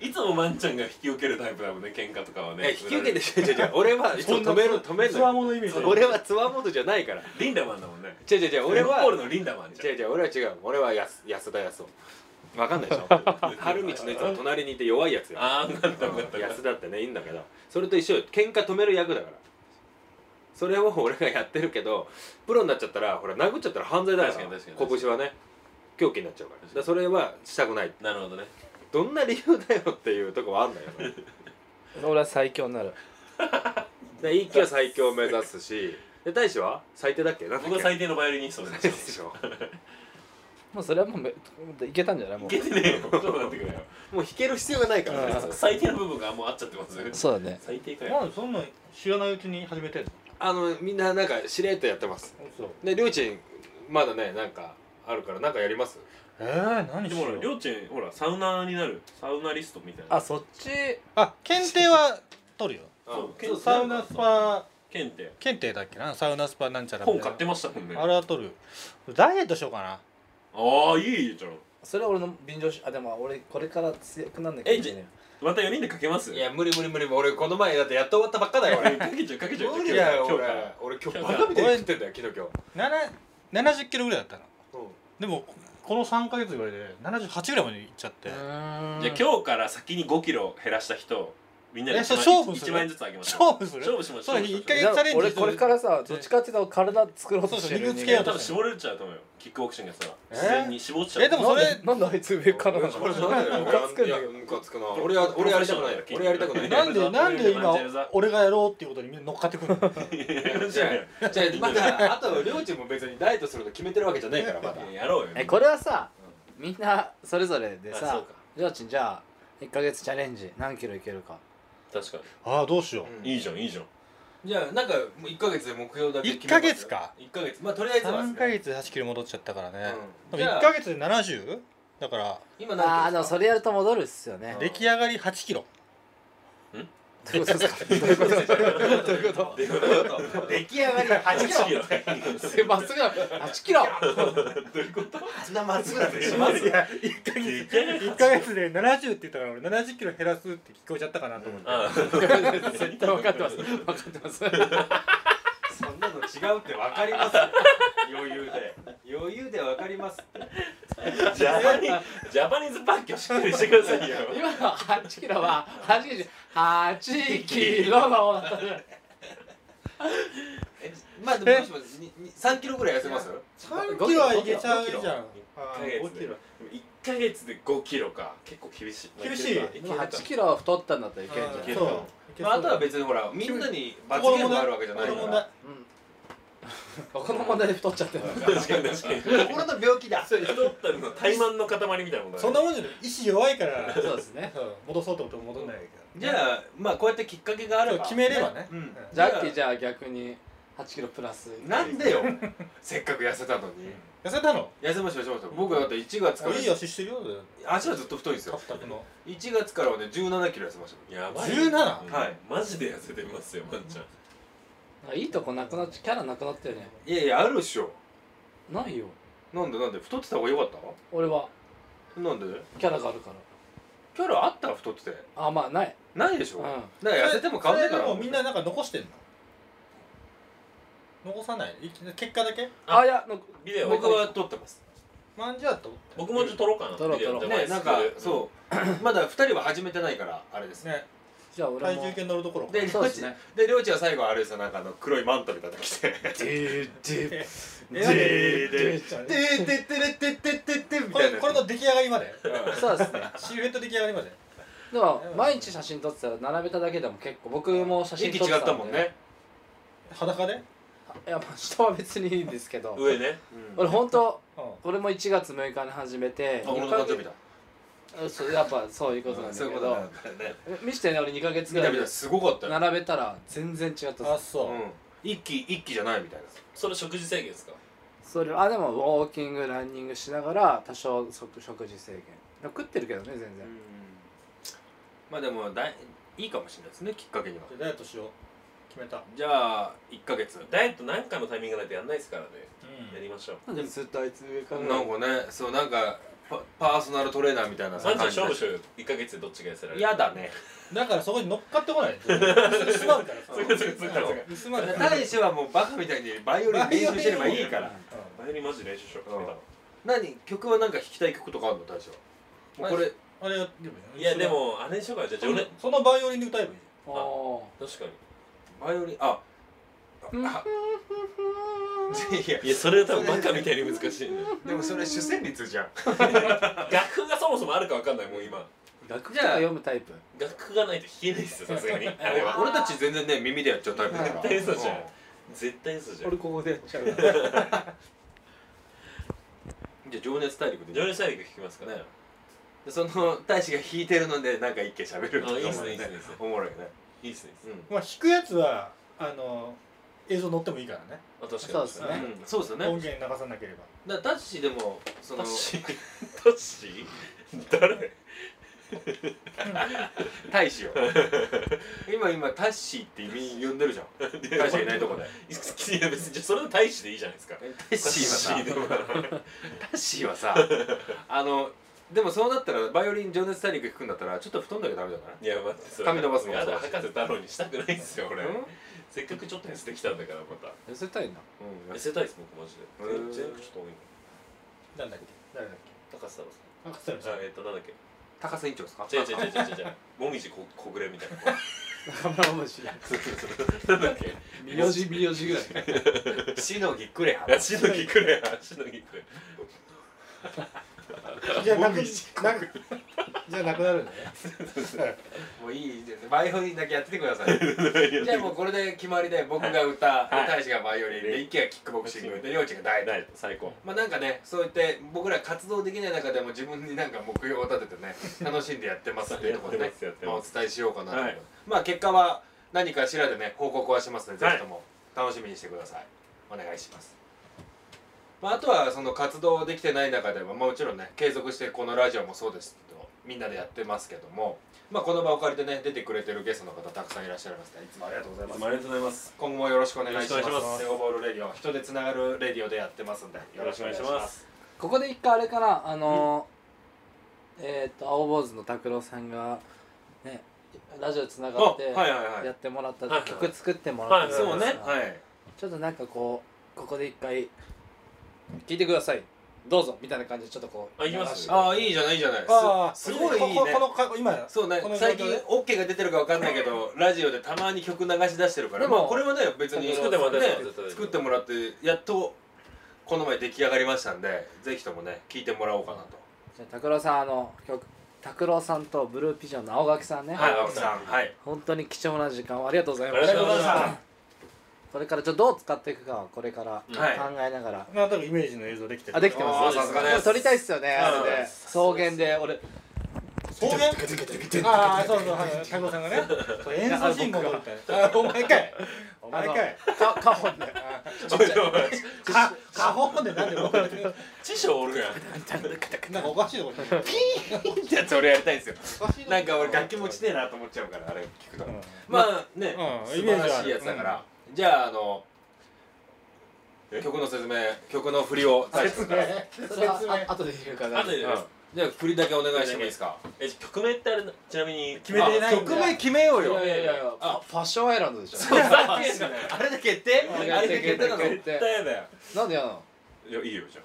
[SPEAKER 5] いつもまんちゃんが引き受けるタイプだもんね喧嘩とかはね
[SPEAKER 2] え引き受けて 違う違う違う俺は止める止める
[SPEAKER 4] つわ
[SPEAKER 2] の
[SPEAKER 4] ものイメージ
[SPEAKER 2] よ俺はつわもとじゃないから
[SPEAKER 5] リンダマンだもんね
[SPEAKER 2] 違う違う違う俺は
[SPEAKER 5] ネゴボールのリンダマンじ
[SPEAKER 2] 違
[SPEAKER 5] ゃ
[SPEAKER 2] う違う俺は違う俺は安安田康夫わかんないでしょ春道のやつの隣にいて弱いやつよ
[SPEAKER 5] んああ分かった分かった
[SPEAKER 2] 安田ってねいいんだけどそれと一緒よ喧嘩止める役だからそれを俺がやってるけどプロになっちゃったらほら殴っちゃったら犯罪だから
[SPEAKER 5] 確かに確かに
[SPEAKER 2] 拳はね狂気になっちゃうからだからそれはしたくない
[SPEAKER 5] なるほどね
[SPEAKER 2] どんな理由だよっていうとこはあんだよ ねだか
[SPEAKER 3] 俺は最強になる
[SPEAKER 2] ら一気は最強を目指すしで大使は最低だっけなんだっ
[SPEAKER 5] 僕は
[SPEAKER 2] け
[SPEAKER 5] 最低のバイオリニストです
[SPEAKER 2] 低でしょ
[SPEAKER 3] もうそれはもうめいけたんじゃないも
[SPEAKER 5] いうけてねえよちょっと待ってくれよ
[SPEAKER 2] もう弾ける必要がないからね
[SPEAKER 3] うん
[SPEAKER 5] 最低の部分がもう合っちゃってますね
[SPEAKER 3] そうだね
[SPEAKER 5] 最低かよ
[SPEAKER 4] まあそんなん知らないうちに始めてんの
[SPEAKER 2] あのみんななんかしれっとやってます
[SPEAKER 4] そう
[SPEAKER 2] でりょうちんまだねなんかあるからなんかやります
[SPEAKER 4] えー、何
[SPEAKER 5] で
[SPEAKER 4] しよ
[SPEAKER 5] もほらり
[SPEAKER 4] う
[SPEAKER 5] ょうちんほらサウナーになるサウナリストみたいな
[SPEAKER 3] あそっち
[SPEAKER 4] あ検定は取るよ
[SPEAKER 5] そう
[SPEAKER 2] うん
[SPEAKER 5] そう
[SPEAKER 4] サウナスパ
[SPEAKER 5] 剣って
[SPEAKER 4] 検定だっけなサウナスパなんちゃらみ
[SPEAKER 5] 本
[SPEAKER 4] たい
[SPEAKER 5] 買
[SPEAKER 4] な
[SPEAKER 5] ってましたもんね
[SPEAKER 4] あれは取るダイエットしようかな
[SPEAKER 5] ああいいじゃん
[SPEAKER 3] それは俺の便乗しあでも俺これから強くなんなきゃ
[SPEAKER 5] え
[SPEAKER 3] いけない
[SPEAKER 5] また4人でかけます
[SPEAKER 2] いや無理無理無理俺この前だってやっと終わったばっかだよ
[SPEAKER 5] 俺かけちゃうかけちゃう
[SPEAKER 2] 無理だよ
[SPEAKER 5] 今日
[SPEAKER 2] 俺
[SPEAKER 5] から
[SPEAKER 2] 俺今日
[SPEAKER 5] 今日
[SPEAKER 2] バ
[SPEAKER 5] から
[SPEAKER 2] カみたいに食ってんだよ昨日今
[SPEAKER 4] 7 70キロぐらいだったの
[SPEAKER 2] 日
[SPEAKER 4] でもこの3ヶ月ぐらいで78ぐらいまでいっちゃって
[SPEAKER 5] じゃあ今日から先に5キロ減らした人みんなで
[SPEAKER 4] えそれ
[SPEAKER 5] 一万
[SPEAKER 4] 勝負す
[SPEAKER 5] 一
[SPEAKER 4] る
[SPEAKER 5] 万円ずつあげましょう
[SPEAKER 4] 勝負する
[SPEAKER 5] 勝負しましょう
[SPEAKER 4] それ一回
[SPEAKER 3] じゃあ
[SPEAKER 4] チャレンジ
[SPEAKER 3] 俺これからさ
[SPEAKER 4] ね
[SPEAKER 3] どっちかっていうと体作ろうとして
[SPEAKER 4] そ
[SPEAKER 3] る
[SPEAKER 4] うそう理由つけよう
[SPEAKER 5] 多分絞れちゃうと思うよキックボクシングがさ
[SPEAKER 4] え
[SPEAKER 5] 自然に絞っちゃう
[SPEAKER 4] え でも
[SPEAKER 3] なん
[SPEAKER 4] それ
[SPEAKER 3] でなんであいつ上からなの
[SPEAKER 2] これなんだよ
[SPEAKER 3] ムカつくんだけど
[SPEAKER 2] 俺ムカつくな俺は俺やりたくないよ俺やりたくない
[SPEAKER 4] なんでなんで今俺がやろうっていうことにみんな乗っかってくる の
[SPEAKER 2] じゃあじゃあまだあとはりょうちんも別にダイエットするの決めてるわけじゃないからまだ
[SPEAKER 5] いややろうよ
[SPEAKER 3] えこれはさみんなそれぞれで
[SPEAKER 5] あそ
[SPEAKER 3] さ
[SPEAKER 5] うか
[SPEAKER 3] りょうちんじゃあ1ヶ月チャレンジ何キロいけるか
[SPEAKER 5] 確か
[SPEAKER 4] ああどうしよ
[SPEAKER 5] にいいじゃんいいじゃん
[SPEAKER 2] じゃあなんかもう1ヶ月で目標だけ決め
[SPEAKER 4] 一ヶ月か
[SPEAKER 2] 1ヶ月まあとりあえ
[SPEAKER 4] う
[SPEAKER 2] ずは
[SPEAKER 4] 3ヶ月で8キロ戻っちゃったからね、
[SPEAKER 2] うん
[SPEAKER 4] でも1ヶ月で 70? だから
[SPEAKER 2] 今何キロで
[SPEAKER 3] あ
[SPEAKER 2] すか
[SPEAKER 3] あでもそれやると戻るっすよね
[SPEAKER 4] 出来上がり8キロ
[SPEAKER 3] どういうことですか
[SPEAKER 2] どういうことですかどういうことどういうこと出来上がり8キロ
[SPEAKER 5] キロ
[SPEAKER 3] まっすぐだ8キロ
[SPEAKER 2] あんなまっすぐなんてします
[SPEAKER 4] や1ヶ月1ヶ月で70って言ったから俺70キロ減らすって聞こえちゃったかなと思って、
[SPEAKER 5] ああ
[SPEAKER 3] 絶対分かってます分かってます
[SPEAKER 2] そんなの違うって分かりますよ余裕で余裕で分かりますって
[SPEAKER 5] ジャパニジャパニーズパッキをしっかりしてくださいよ
[SPEAKER 3] 今の8キロは8キロ8キロの
[SPEAKER 2] まあでももしもしにに3キロぐらい痩せます
[SPEAKER 4] 3キロはいけちゃうじゃんあー
[SPEAKER 5] 5キロ1ヶ月で5キロか結構厳しい
[SPEAKER 4] 厳しい
[SPEAKER 5] まあいけるかいける
[SPEAKER 3] 8キロ太ったんだったらいけるんじゃ
[SPEAKER 5] い
[SPEAKER 3] な
[SPEAKER 5] け
[SPEAKER 3] い
[SPEAKER 5] る
[SPEAKER 4] そう
[SPEAKER 2] まあ、あとは別にほらみんなに罰ゲームがあるわけじゃないか
[SPEAKER 4] ここの
[SPEAKER 2] ら
[SPEAKER 3] う
[SPEAKER 4] 問
[SPEAKER 3] んこの問題で太っちゃってるのか
[SPEAKER 5] 確かに確かに
[SPEAKER 2] 心の病気 だ
[SPEAKER 5] それ太ったの怠慢の塊みたいなもんだね
[SPEAKER 4] そんなもんじゃない意志弱いから
[SPEAKER 3] そうですね
[SPEAKER 4] うん戻そうと思っても戻んないけど
[SPEAKER 2] じゃあまあこうやってきっかけがあれば
[SPEAKER 4] 決めればね、
[SPEAKER 2] うん
[SPEAKER 4] うん
[SPEAKER 3] じゃあアッキーじゃあ逆に8キロプラス
[SPEAKER 2] なんでよせっかく痩せたのに
[SPEAKER 4] 痩せたの
[SPEAKER 2] 痩せました痩せました僕はだって1月か
[SPEAKER 4] いい
[SPEAKER 2] ら
[SPEAKER 4] 足してるよ
[SPEAKER 2] 足はずっと太いんですよ
[SPEAKER 4] タクの
[SPEAKER 2] 1月からはね1 7キロ痩せまし
[SPEAKER 5] やばい
[SPEAKER 4] 17
[SPEAKER 5] はいマジで痩せてますよまんちゃん
[SPEAKER 3] いいとこなくなっちゃキャラなくなったよね
[SPEAKER 2] たいやいやあるっしょ
[SPEAKER 3] ないよ
[SPEAKER 2] なんでなんで太ってた方が良かっ
[SPEAKER 3] 俺は
[SPEAKER 2] たなんで
[SPEAKER 3] キャラがあるから
[SPEAKER 5] キャラあった太ってて
[SPEAKER 3] あまあない、
[SPEAKER 5] ないでしょ、
[SPEAKER 3] うん、
[SPEAKER 5] だから痩せても変わんないか
[SPEAKER 4] それ
[SPEAKER 5] ら
[SPEAKER 4] でもみんななんか残してんの残さないいき結果だけ
[SPEAKER 5] あ
[SPEAKER 3] あいやの
[SPEAKER 5] ビデオ僕は撮ってます
[SPEAKER 4] まんじゃと
[SPEAKER 5] 僕もちょっと撮ろうかな
[SPEAKER 3] 撮ろう
[SPEAKER 5] ビデオ
[SPEAKER 3] 撮ろう
[SPEAKER 2] ね
[SPEAKER 5] ね
[SPEAKER 2] な
[SPEAKER 5] なんん
[SPEAKER 2] か
[SPEAKER 5] か
[SPEAKER 2] そ
[SPEAKER 5] そう
[SPEAKER 2] まだ2人は始めてないからあれですね
[SPEAKER 4] ね
[SPEAKER 3] じゃあ俺
[SPEAKER 4] 体
[SPEAKER 3] も
[SPEAKER 4] 重計乗るところか
[SPEAKER 2] でりょ
[SPEAKER 3] そう
[SPEAKER 2] う
[SPEAKER 3] で
[SPEAKER 2] ち
[SPEAKER 3] すね
[SPEAKER 2] でりょうちは最後あれですよなんかあの黒いマントみたいなの着て
[SPEAKER 3] でで
[SPEAKER 2] でで
[SPEAKER 4] ー
[SPEAKER 2] でででででででみ
[SPEAKER 4] こ
[SPEAKER 2] たい
[SPEAKER 4] れ
[SPEAKER 2] な
[SPEAKER 4] これの出来上がりまで
[SPEAKER 3] そうですね
[SPEAKER 4] シルエット出来上がりまで
[SPEAKER 3] でも毎日写真撮ってたら並べただけでも結構僕も写真
[SPEAKER 2] 息
[SPEAKER 3] 撮っ
[SPEAKER 2] 違
[SPEAKER 3] て
[SPEAKER 2] った
[SPEAKER 3] たんで
[SPEAKER 2] もんね
[SPEAKER 4] 裸
[SPEAKER 3] い
[SPEAKER 4] で、
[SPEAKER 3] やまあ下は別にいいんですけど
[SPEAKER 5] 上ね
[SPEAKER 3] 俺本当
[SPEAKER 4] うん、
[SPEAKER 3] 俺も1月6日に始めて
[SPEAKER 2] あ俺の
[SPEAKER 3] 二ヶ
[SPEAKER 2] 誕
[SPEAKER 3] 月
[SPEAKER 2] 生日だ
[SPEAKER 3] あそうやっぱそういうことなんだけ
[SPEAKER 2] そういう
[SPEAKER 3] ど
[SPEAKER 2] ことなんだよね
[SPEAKER 3] 見せてね俺2ヶ月ぐ
[SPEAKER 2] 見た
[SPEAKER 3] らい
[SPEAKER 2] 見
[SPEAKER 3] で
[SPEAKER 2] たすごかったよ
[SPEAKER 3] 並べたら全然違ったっす
[SPEAKER 4] あそう、
[SPEAKER 2] うん一気一気じゃないみたいな
[SPEAKER 5] それ食事制限ですか
[SPEAKER 3] それあでもウォーキングランニングしながら多少食食事制限食ってるけどね全然、
[SPEAKER 2] まあでもだいいいかもしれないですねきっかけには
[SPEAKER 4] じゃあダイエットしよう決めた、うん、
[SPEAKER 2] じゃあ1ヶ月
[SPEAKER 5] ダイエット何回もタイミングないとやんないですからねやりましょう
[SPEAKER 3] なんでずっとあいつ上か
[SPEAKER 2] なんかねそうなんかパパーソナルトレーナーみたいな
[SPEAKER 5] マンちゃん勝負
[SPEAKER 2] し
[SPEAKER 5] しようよ1ヶ月でどっちが痩せられる
[SPEAKER 2] 嫌だね
[SPEAKER 4] だからそこに乗っかってこないで薄まるからさ
[SPEAKER 5] 次次次から
[SPEAKER 4] うん薄まるから
[SPEAKER 2] 大志はもうバカみたいにバイオリン練習してればいいから
[SPEAKER 5] バイオリンマジ練習しよう決めたの
[SPEAKER 2] 何曲はなんか弾きたい曲とかあるの大志はもうこれ
[SPEAKER 4] あれやってもい
[SPEAKER 5] いやでもあれにしようかじゃあ
[SPEAKER 4] そ
[SPEAKER 5] 常
[SPEAKER 4] の
[SPEAKER 5] 連
[SPEAKER 4] そのバイオリンで歌えばいい
[SPEAKER 3] お
[SPEAKER 5] 確かに
[SPEAKER 2] バイオリンああ いや
[SPEAKER 5] いやそれは多分バカみたいに難しいね
[SPEAKER 2] でもそれ主旋律じゃん
[SPEAKER 5] 楽譜がそもそもあるか分かんないもう今
[SPEAKER 3] 楽譜とか読むタイプ
[SPEAKER 5] 楽譜がないと弾けない ですよさすがにあれは
[SPEAKER 2] 俺たち全然ね耳でやっちゃうタイプだから
[SPEAKER 5] 絶対嘘じゃん絶対嘘じゃん
[SPEAKER 3] ここでやっちゃう
[SPEAKER 2] うんじゃあ情熱大陸で
[SPEAKER 5] 常連大陸聞きますかね
[SPEAKER 2] でその大使が弾いてるのでなんか一軒喋るとかも
[SPEAKER 5] あいいっすねいいっすねいいっすね
[SPEAKER 2] おもろいよね
[SPEAKER 5] いいっすねいいっすね
[SPEAKER 4] まあ弾くやつはあの映像乗ってもいいからね
[SPEAKER 5] あ確かに
[SPEAKER 3] そうですね
[SPEAKER 5] 確かに
[SPEAKER 2] うん、そうですよね
[SPEAKER 4] 音源流さなければ
[SPEAKER 2] だからタッシーでもその
[SPEAKER 5] タッシータッシー誰
[SPEAKER 2] 大使を 今今タッシーって意味呼んで るじゃん大使がいないとこで
[SPEAKER 5] いや別にじゃあそれは大使でいいじゃないですか
[SPEAKER 2] タッシーはさ
[SPEAKER 5] でもな
[SPEAKER 2] タッシーはさ あのでもそうなったらバイオリン情熱大陸弾くんだったらちょっと太んなきゃダメじゃ
[SPEAKER 5] いや待ってそれ
[SPEAKER 2] 髪伸ばすの
[SPEAKER 5] やだ博士太郎にしたくないですよ俺
[SPEAKER 2] ない
[SPEAKER 5] せっかくちょっと痩せてきたんだからまた
[SPEAKER 3] 痩せたいな
[SPEAKER 2] う
[SPEAKER 5] 痩
[SPEAKER 2] ん
[SPEAKER 5] せたいです僕マジ
[SPEAKER 2] へ
[SPEAKER 5] で
[SPEAKER 2] ー
[SPEAKER 5] 全部ちょっと多いの
[SPEAKER 4] なんだっけ誰だっ
[SPEAKER 5] 高瀬太郎さん
[SPEAKER 4] け博士の人
[SPEAKER 5] あえっとなんだっけ
[SPEAKER 2] 高瀬委員長ですか
[SPEAKER 5] 違う違う違う違う違うもみじこ小暮みたいな
[SPEAKER 3] 中村もし
[SPEAKER 5] そうそうそうなんだっ け
[SPEAKER 3] 三好三好ぐらい
[SPEAKER 2] しのぎくれは
[SPEAKER 5] あしのぎくれやしのぎくれ
[SPEAKER 4] じゃあなくなくじゃあなくなるんだね
[SPEAKER 2] もういいですバイオリンだけやっててください じゃあもうこれで決まりで僕が歌、
[SPEAKER 5] はい
[SPEAKER 2] で大使がバイオリンで
[SPEAKER 5] はい
[SPEAKER 2] 一輝がキックボクシングでりょうちがダイエット
[SPEAKER 5] ない最高
[SPEAKER 2] まあなんかねそういって僕ら活動できない中でも自分になんか目標を立てて ね楽しんでやってますっていうところで
[SPEAKER 5] や
[SPEAKER 2] ね
[SPEAKER 5] ってますやって
[SPEAKER 2] まあ、
[SPEAKER 5] ま
[SPEAKER 2] お伝えしようかなと思う、
[SPEAKER 5] はい
[SPEAKER 2] まあ結果は何かしらでね報告はしますので、
[SPEAKER 5] はい
[SPEAKER 2] ぜひとも楽しみにしてくださいお願いしますまあ、あとはその活動できてない中では、まあ、もちろんね継続してこのラジオもそうですけどみんなでやってますけども、まあ、この場を借りてね出てくれてるゲストの方たくさんいらっしゃいますねいつもありがとうございます
[SPEAKER 5] ありがとうございます
[SPEAKER 2] 今後もよろしくお願いします
[SPEAKER 5] よろしくお願いします
[SPEAKER 2] ネゴボールレディオ人でつながるレディオでやってますんでよ
[SPEAKER 5] よ
[SPEAKER 2] ろ
[SPEAKER 5] ろ
[SPEAKER 2] し
[SPEAKER 5] し
[SPEAKER 2] く
[SPEAKER 5] く
[SPEAKER 2] お願い
[SPEAKER 5] お願い
[SPEAKER 2] し
[SPEAKER 5] し
[SPEAKER 2] ま
[SPEAKER 5] ますす
[SPEAKER 3] ここで一回あれかなあのー、えっ、と青坊主の拓郎さんがねラジオつな
[SPEAKER 2] あ
[SPEAKER 3] がっ
[SPEAKER 2] は
[SPEAKER 3] て
[SPEAKER 2] いはいはい
[SPEAKER 3] やってもらった、
[SPEAKER 5] はいはい
[SPEAKER 3] 曲作ってもらったじゃな
[SPEAKER 2] そう
[SPEAKER 3] いで
[SPEAKER 2] ね
[SPEAKER 3] すか
[SPEAKER 2] はい
[SPEAKER 3] ちょっとなんかこうここで一回聞いてくださいどうぞみたいな感じでちょっとこう
[SPEAKER 5] あ行きます
[SPEAKER 3] 流し
[SPEAKER 2] ああいいじゃないいいじゃないすすごいいいね
[SPEAKER 4] こここのか今だ
[SPEAKER 2] そうね
[SPEAKER 4] この状況
[SPEAKER 2] 最
[SPEAKER 4] で
[SPEAKER 2] 近 OK が出てるかわかんないけどラジオでたまに曲流し出してるから
[SPEAKER 3] でも
[SPEAKER 2] まあこれはね別に
[SPEAKER 5] 作ってもらって
[SPEAKER 2] ね
[SPEAKER 5] 絶対
[SPEAKER 2] 作ってもらってやっとこの前出来上がりましたんでぜひともね聞いてもらおうかなと
[SPEAKER 3] じゃあ拓郎さんあの曲拓郎さんとブルーピジョンの青垣さんね、
[SPEAKER 2] はい青木さんはい
[SPEAKER 3] 本当に貴重な時間をありがとうござい
[SPEAKER 5] あ
[SPEAKER 3] ま
[SPEAKER 5] り
[SPEAKER 3] し
[SPEAKER 5] が
[SPEAKER 3] た
[SPEAKER 5] とうございました
[SPEAKER 3] これからちょっとどう使っていくかはこれから考
[SPEAKER 2] はい
[SPEAKER 3] えながら、
[SPEAKER 4] なんとなくイメージの映像できてる
[SPEAKER 3] あできて
[SPEAKER 2] あ
[SPEAKER 3] ま
[SPEAKER 2] ー
[SPEAKER 3] す
[SPEAKER 2] さすがです
[SPEAKER 3] も撮りたいっすよねあれ
[SPEAKER 5] う
[SPEAKER 3] で
[SPEAKER 5] ん
[SPEAKER 3] 草原で俺
[SPEAKER 4] 草原ああそうそうはい太郎さんがねそう演奏シーンも撮ったねあお前かいお前かい
[SPEAKER 3] かカホンで
[SPEAKER 4] かカホンでなんで踊れてる
[SPEAKER 5] 師匠おるやん
[SPEAKER 4] なんかおかしいとこ
[SPEAKER 2] じゃあそれやりたいんですよ
[SPEAKER 4] おかしいとこ
[SPEAKER 2] なんか俺楽器持ちてえなと思っちゃうからあれ聞くと
[SPEAKER 4] うん
[SPEAKER 2] まあね
[SPEAKER 4] うん
[SPEAKER 2] 素晴らしいやつだからじゃああの
[SPEAKER 5] え
[SPEAKER 2] 曲の説明曲の振りを大志君から
[SPEAKER 4] 説明
[SPEAKER 3] それはあ後で言うかな
[SPEAKER 5] あとで
[SPEAKER 2] うんじゃあ振りだけお願いしてもいいですか
[SPEAKER 5] え曲名ってあれちなみに
[SPEAKER 4] 決めてないんだ
[SPEAKER 2] 曲名決めよう
[SPEAKER 3] い
[SPEAKER 2] よ
[SPEAKER 3] やいやいやいや
[SPEAKER 2] あ
[SPEAKER 3] ファッションアイランドでしょ
[SPEAKER 2] あれで決定あれで決定なの
[SPEAKER 3] 決定
[SPEAKER 2] 絶対やだよ
[SPEAKER 3] なんでやなの
[SPEAKER 5] いやいいよじゃ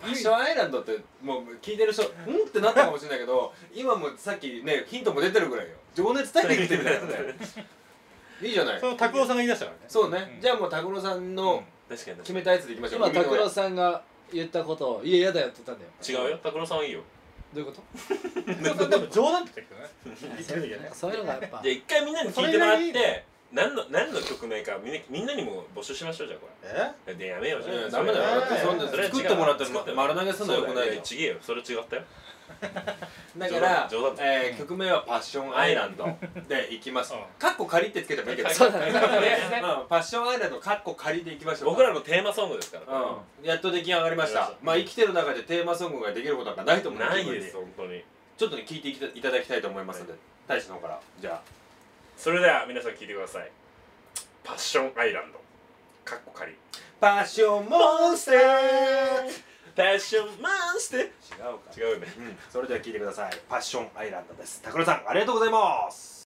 [SPEAKER 2] ファッションアイランドってもう聞いてる人んってなったかもしれないけど今もさっきねヒントも出てるぐらいよ情熱大陸ってみたいなやつだよいいじゃない
[SPEAKER 4] その拓郎さんが言い出したからね
[SPEAKER 2] そうね
[SPEAKER 4] ん
[SPEAKER 2] じゃあもう拓郎さんの
[SPEAKER 5] あ確かに
[SPEAKER 2] 決
[SPEAKER 5] 確か
[SPEAKER 2] めたやつでいきましょう
[SPEAKER 3] 今拓郎
[SPEAKER 2] さ
[SPEAKER 3] さんが言ったことを「いや嫌だよ」って言ったんだよ
[SPEAKER 5] に違うよ拓郎さんはいいよ
[SPEAKER 3] どういうこ
[SPEAKER 4] そうそうでも冗談って言ったけどね言ってる時はね
[SPEAKER 3] とそういうのがやっぱ
[SPEAKER 5] じゃあ一回みんなに聞いてもらって何の何の曲名かみんなみんなにも募集しましょうじゃあこ
[SPEAKER 4] え
[SPEAKER 5] れでやめようじゃあ
[SPEAKER 2] ダメだよだってそんな
[SPEAKER 5] それは違う
[SPEAKER 2] 作ってもらったら
[SPEAKER 5] 作って
[SPEAKER 2] ま丸投げすんのはよくない
[SPEAKER 5] や
[SPEAKER 2] よ
[SPEAKER 5] ちげえよそれ違ったよ
[SPEAKER 2] だから
[SPEAKER 5] 冗談冗談
[SPEAKER 2] えー曲名は「パッションアイランド」でいきます
[SPEAKER 4] うん
[SPEAKER 2] カッコ仮ってつけてもいいけど
[SPEAKER 3] そうだね
[SPEAKER 2] ねうんパッションアイランドカッコ仮でいきましょう
[SPEAKER 5] 僕らのテーマソングですから
[SPEAKER 2] うん、やっと出来上がりました
[SPEAKER 5] やりました
[SPEAKER 2] まあ生きてる中でテーマソングができることなんかないと思う
[SPEAKER 5] ないです
[SPEAKER 2] 自分
[SPEAKER 5] 本当に
[SPEAKER 2] ちょっとね聞いていたいただきたいと思いますので、大使の方からじゃ
[SPEAKER 5] それでは皆さん聞いてくださいパッションアイランドかっこ仮
[SPEAKER 2] あ「パッションモンスター」
[SPEAKER 5] パッションマンステ
[SPEAKER 2] 違うか
[SPEAKER 5] 違うね
[SPEAKER 2] うん、それでは聞いてください「パッションアイランド」です拓郎さんありがとうございます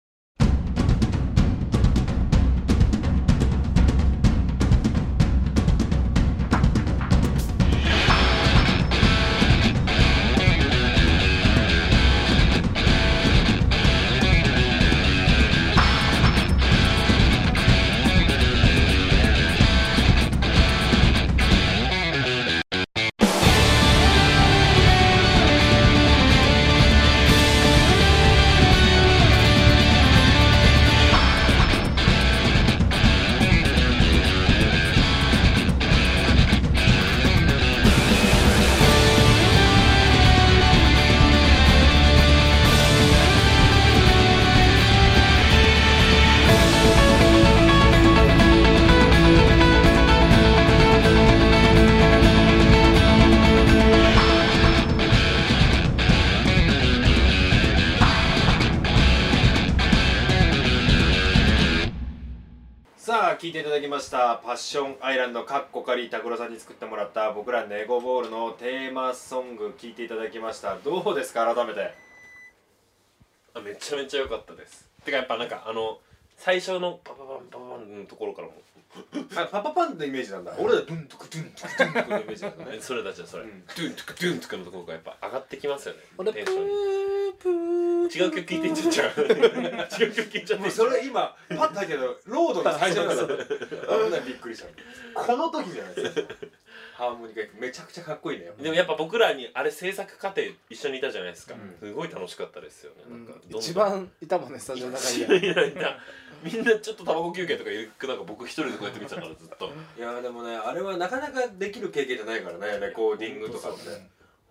[SPEAKER 2] さあ聞いていただきました「パッションアイランド」かっこかり拓郎さんに作ってもらった僕らネゴボールのテーマソング聞いていただきましたどうですか改めて
[SPEAKER 5] あめちゃめちゃ良かったですてかやっぱなんかあの最初のパパパンパパパンのところからも
[SPEAKER 2] あパパパンのイメージなんだ俺らドゥントゥクドゥントゥクドゥントゥクのイメージなんだ ね
[SPEAKER 5] えそれだじゃそれ、
[SPEAKER 2] うん
[SPEAKER 5] ドゥントゥクドゥントゥクのところがやっぱ上がってきますよね
[SPEAKER 3] 俺プ
[SPEAKER 5] テン
[SPEAKER 3] ー
[SPEAKER 5] ション
[SPEAKER 3] プー
[SPEAKER 5] 違う曲聴いていっち ゃう違う曲聴いちゃって
[SPEAKER 2] もう それ今パッと入ったけどロードの最初なんだ 危ないびっくりしたこの時じゃないですかハーモニカめちゃくちゃかっこいいね
[SPEAKER 5] でもやっぱ僕らにあれ制作過程一緒にいたじゃないですか、
[SPEAKER 2] うん
[SPEAKER 5] すごい楽しかったですよね、
[SPEAKER 3] う
[SPEAKER 5] なんか
[SPEAKER 3] ん
[SPEAKER 5] どんどん
[SPEAKER 3] 一番いたもんねスタジオの中
[SPEAKER 5] 一
[SPEAKER 3] に
[SPEAKER 5] 緒 にいないなみんなちょっとタバコ休憩とか行くなんか僕一人でこうやって見てたからずっと
[SPEAKER 2] いやーでもねあれはなかなかできる経験じゃないからねレコーディングとかっ
[SPEAKER 5] 本
[SPEAKER 2] て
[SPEAKER 5] 当そう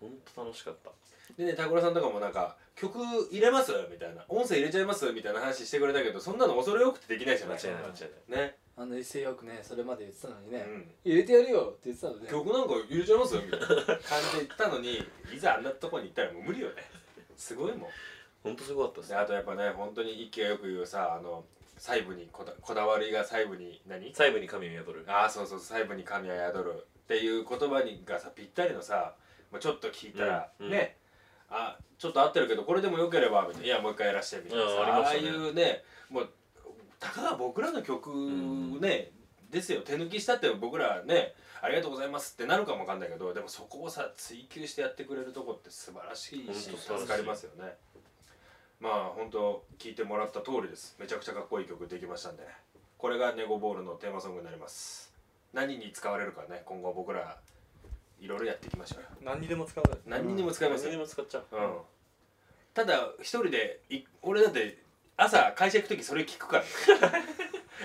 [SPEAKER 5] 本当楽しかった
[SPEAKER 2] でね拓郎さんとかもなんか「曲入れます?」みたいな「音声入れちゃいます?」みたいな話してくれたけどそんなの恐れ多くてできないじゃな
[SPEAKER 5] 間
[SPEAKER 2] い
[SPEAKER 5] 違いない間違い
[SPEAKER 2] ね、
[SPEAKER 3] あの一勢よくねそれまで言ってたのに
[SPEAKER 2] う
[SPEAKER 3] ね
[SPEAKER 2] ん、
[SPEAKER 3] 入れてやるよって言ってたのね
[SPEAKER 2] 曲なんか入れちゃいますみたいな感じで言ったのにいざあんなとこに行ったらもう無理よねすごいもん
[SPEAKER 5] 本当すごかったです
[SPEAKER 2] であとやっぱね本当に一輝がよく言うさあの細部にこだこだわりが細部に何
[SPEAKER 5] 細部に神を宿る
[SPEAKER 2] ああそうそう細部に神は宿るっていう言葉にがさぴったりのさもうちょっと聞いたら、
[SPEAKER 5] うんうん
[SPEAKER 2] ねあちょっと合ってるけどこれでもよければみたいないやもう一回やらしてみたいなさ、
[SPEAKER 5] うんあり
[SPEAKER 2] あ
[SPEAKER 5] まし
[SPEAKER 2] あ
[SPEAKER 5] た
[SPEAKER 2] い
[SPEAKER 5] ね
[SPEAKER 2] うねもうたかが僕らの曲
[SPEAKER 5] ん
[SPEAKER 2] ね、ですよ手抜きしたって僕らねありがとうございますってなるかもわかんないけどでもそこをさ追求してやってくれるとこって素晴らしいし
[SPEAKER 5] 本当素晴
[SPEAKER 2] 助
[SPEAKER 5] らしい
[SPEAKER 2] かりますよねまあ本当聞いてもらった通りですめちゃくちゃかっこいい曲できましたんでこれがネゴボールのテーマソングになります何に使われるかね今後僕らいろいろやっていきましょうよ
[SPEAKER 4] 何にでも使う
[SPEAKER 2] 何にも使います
[SPEAKER 5] 何に
[SPEAKER 2] よ、
[SPEAKER 5] も使っちゃう、
[SPEAKER 2] うん、ただ一人でい俺だって朝会社行く時それ聞く から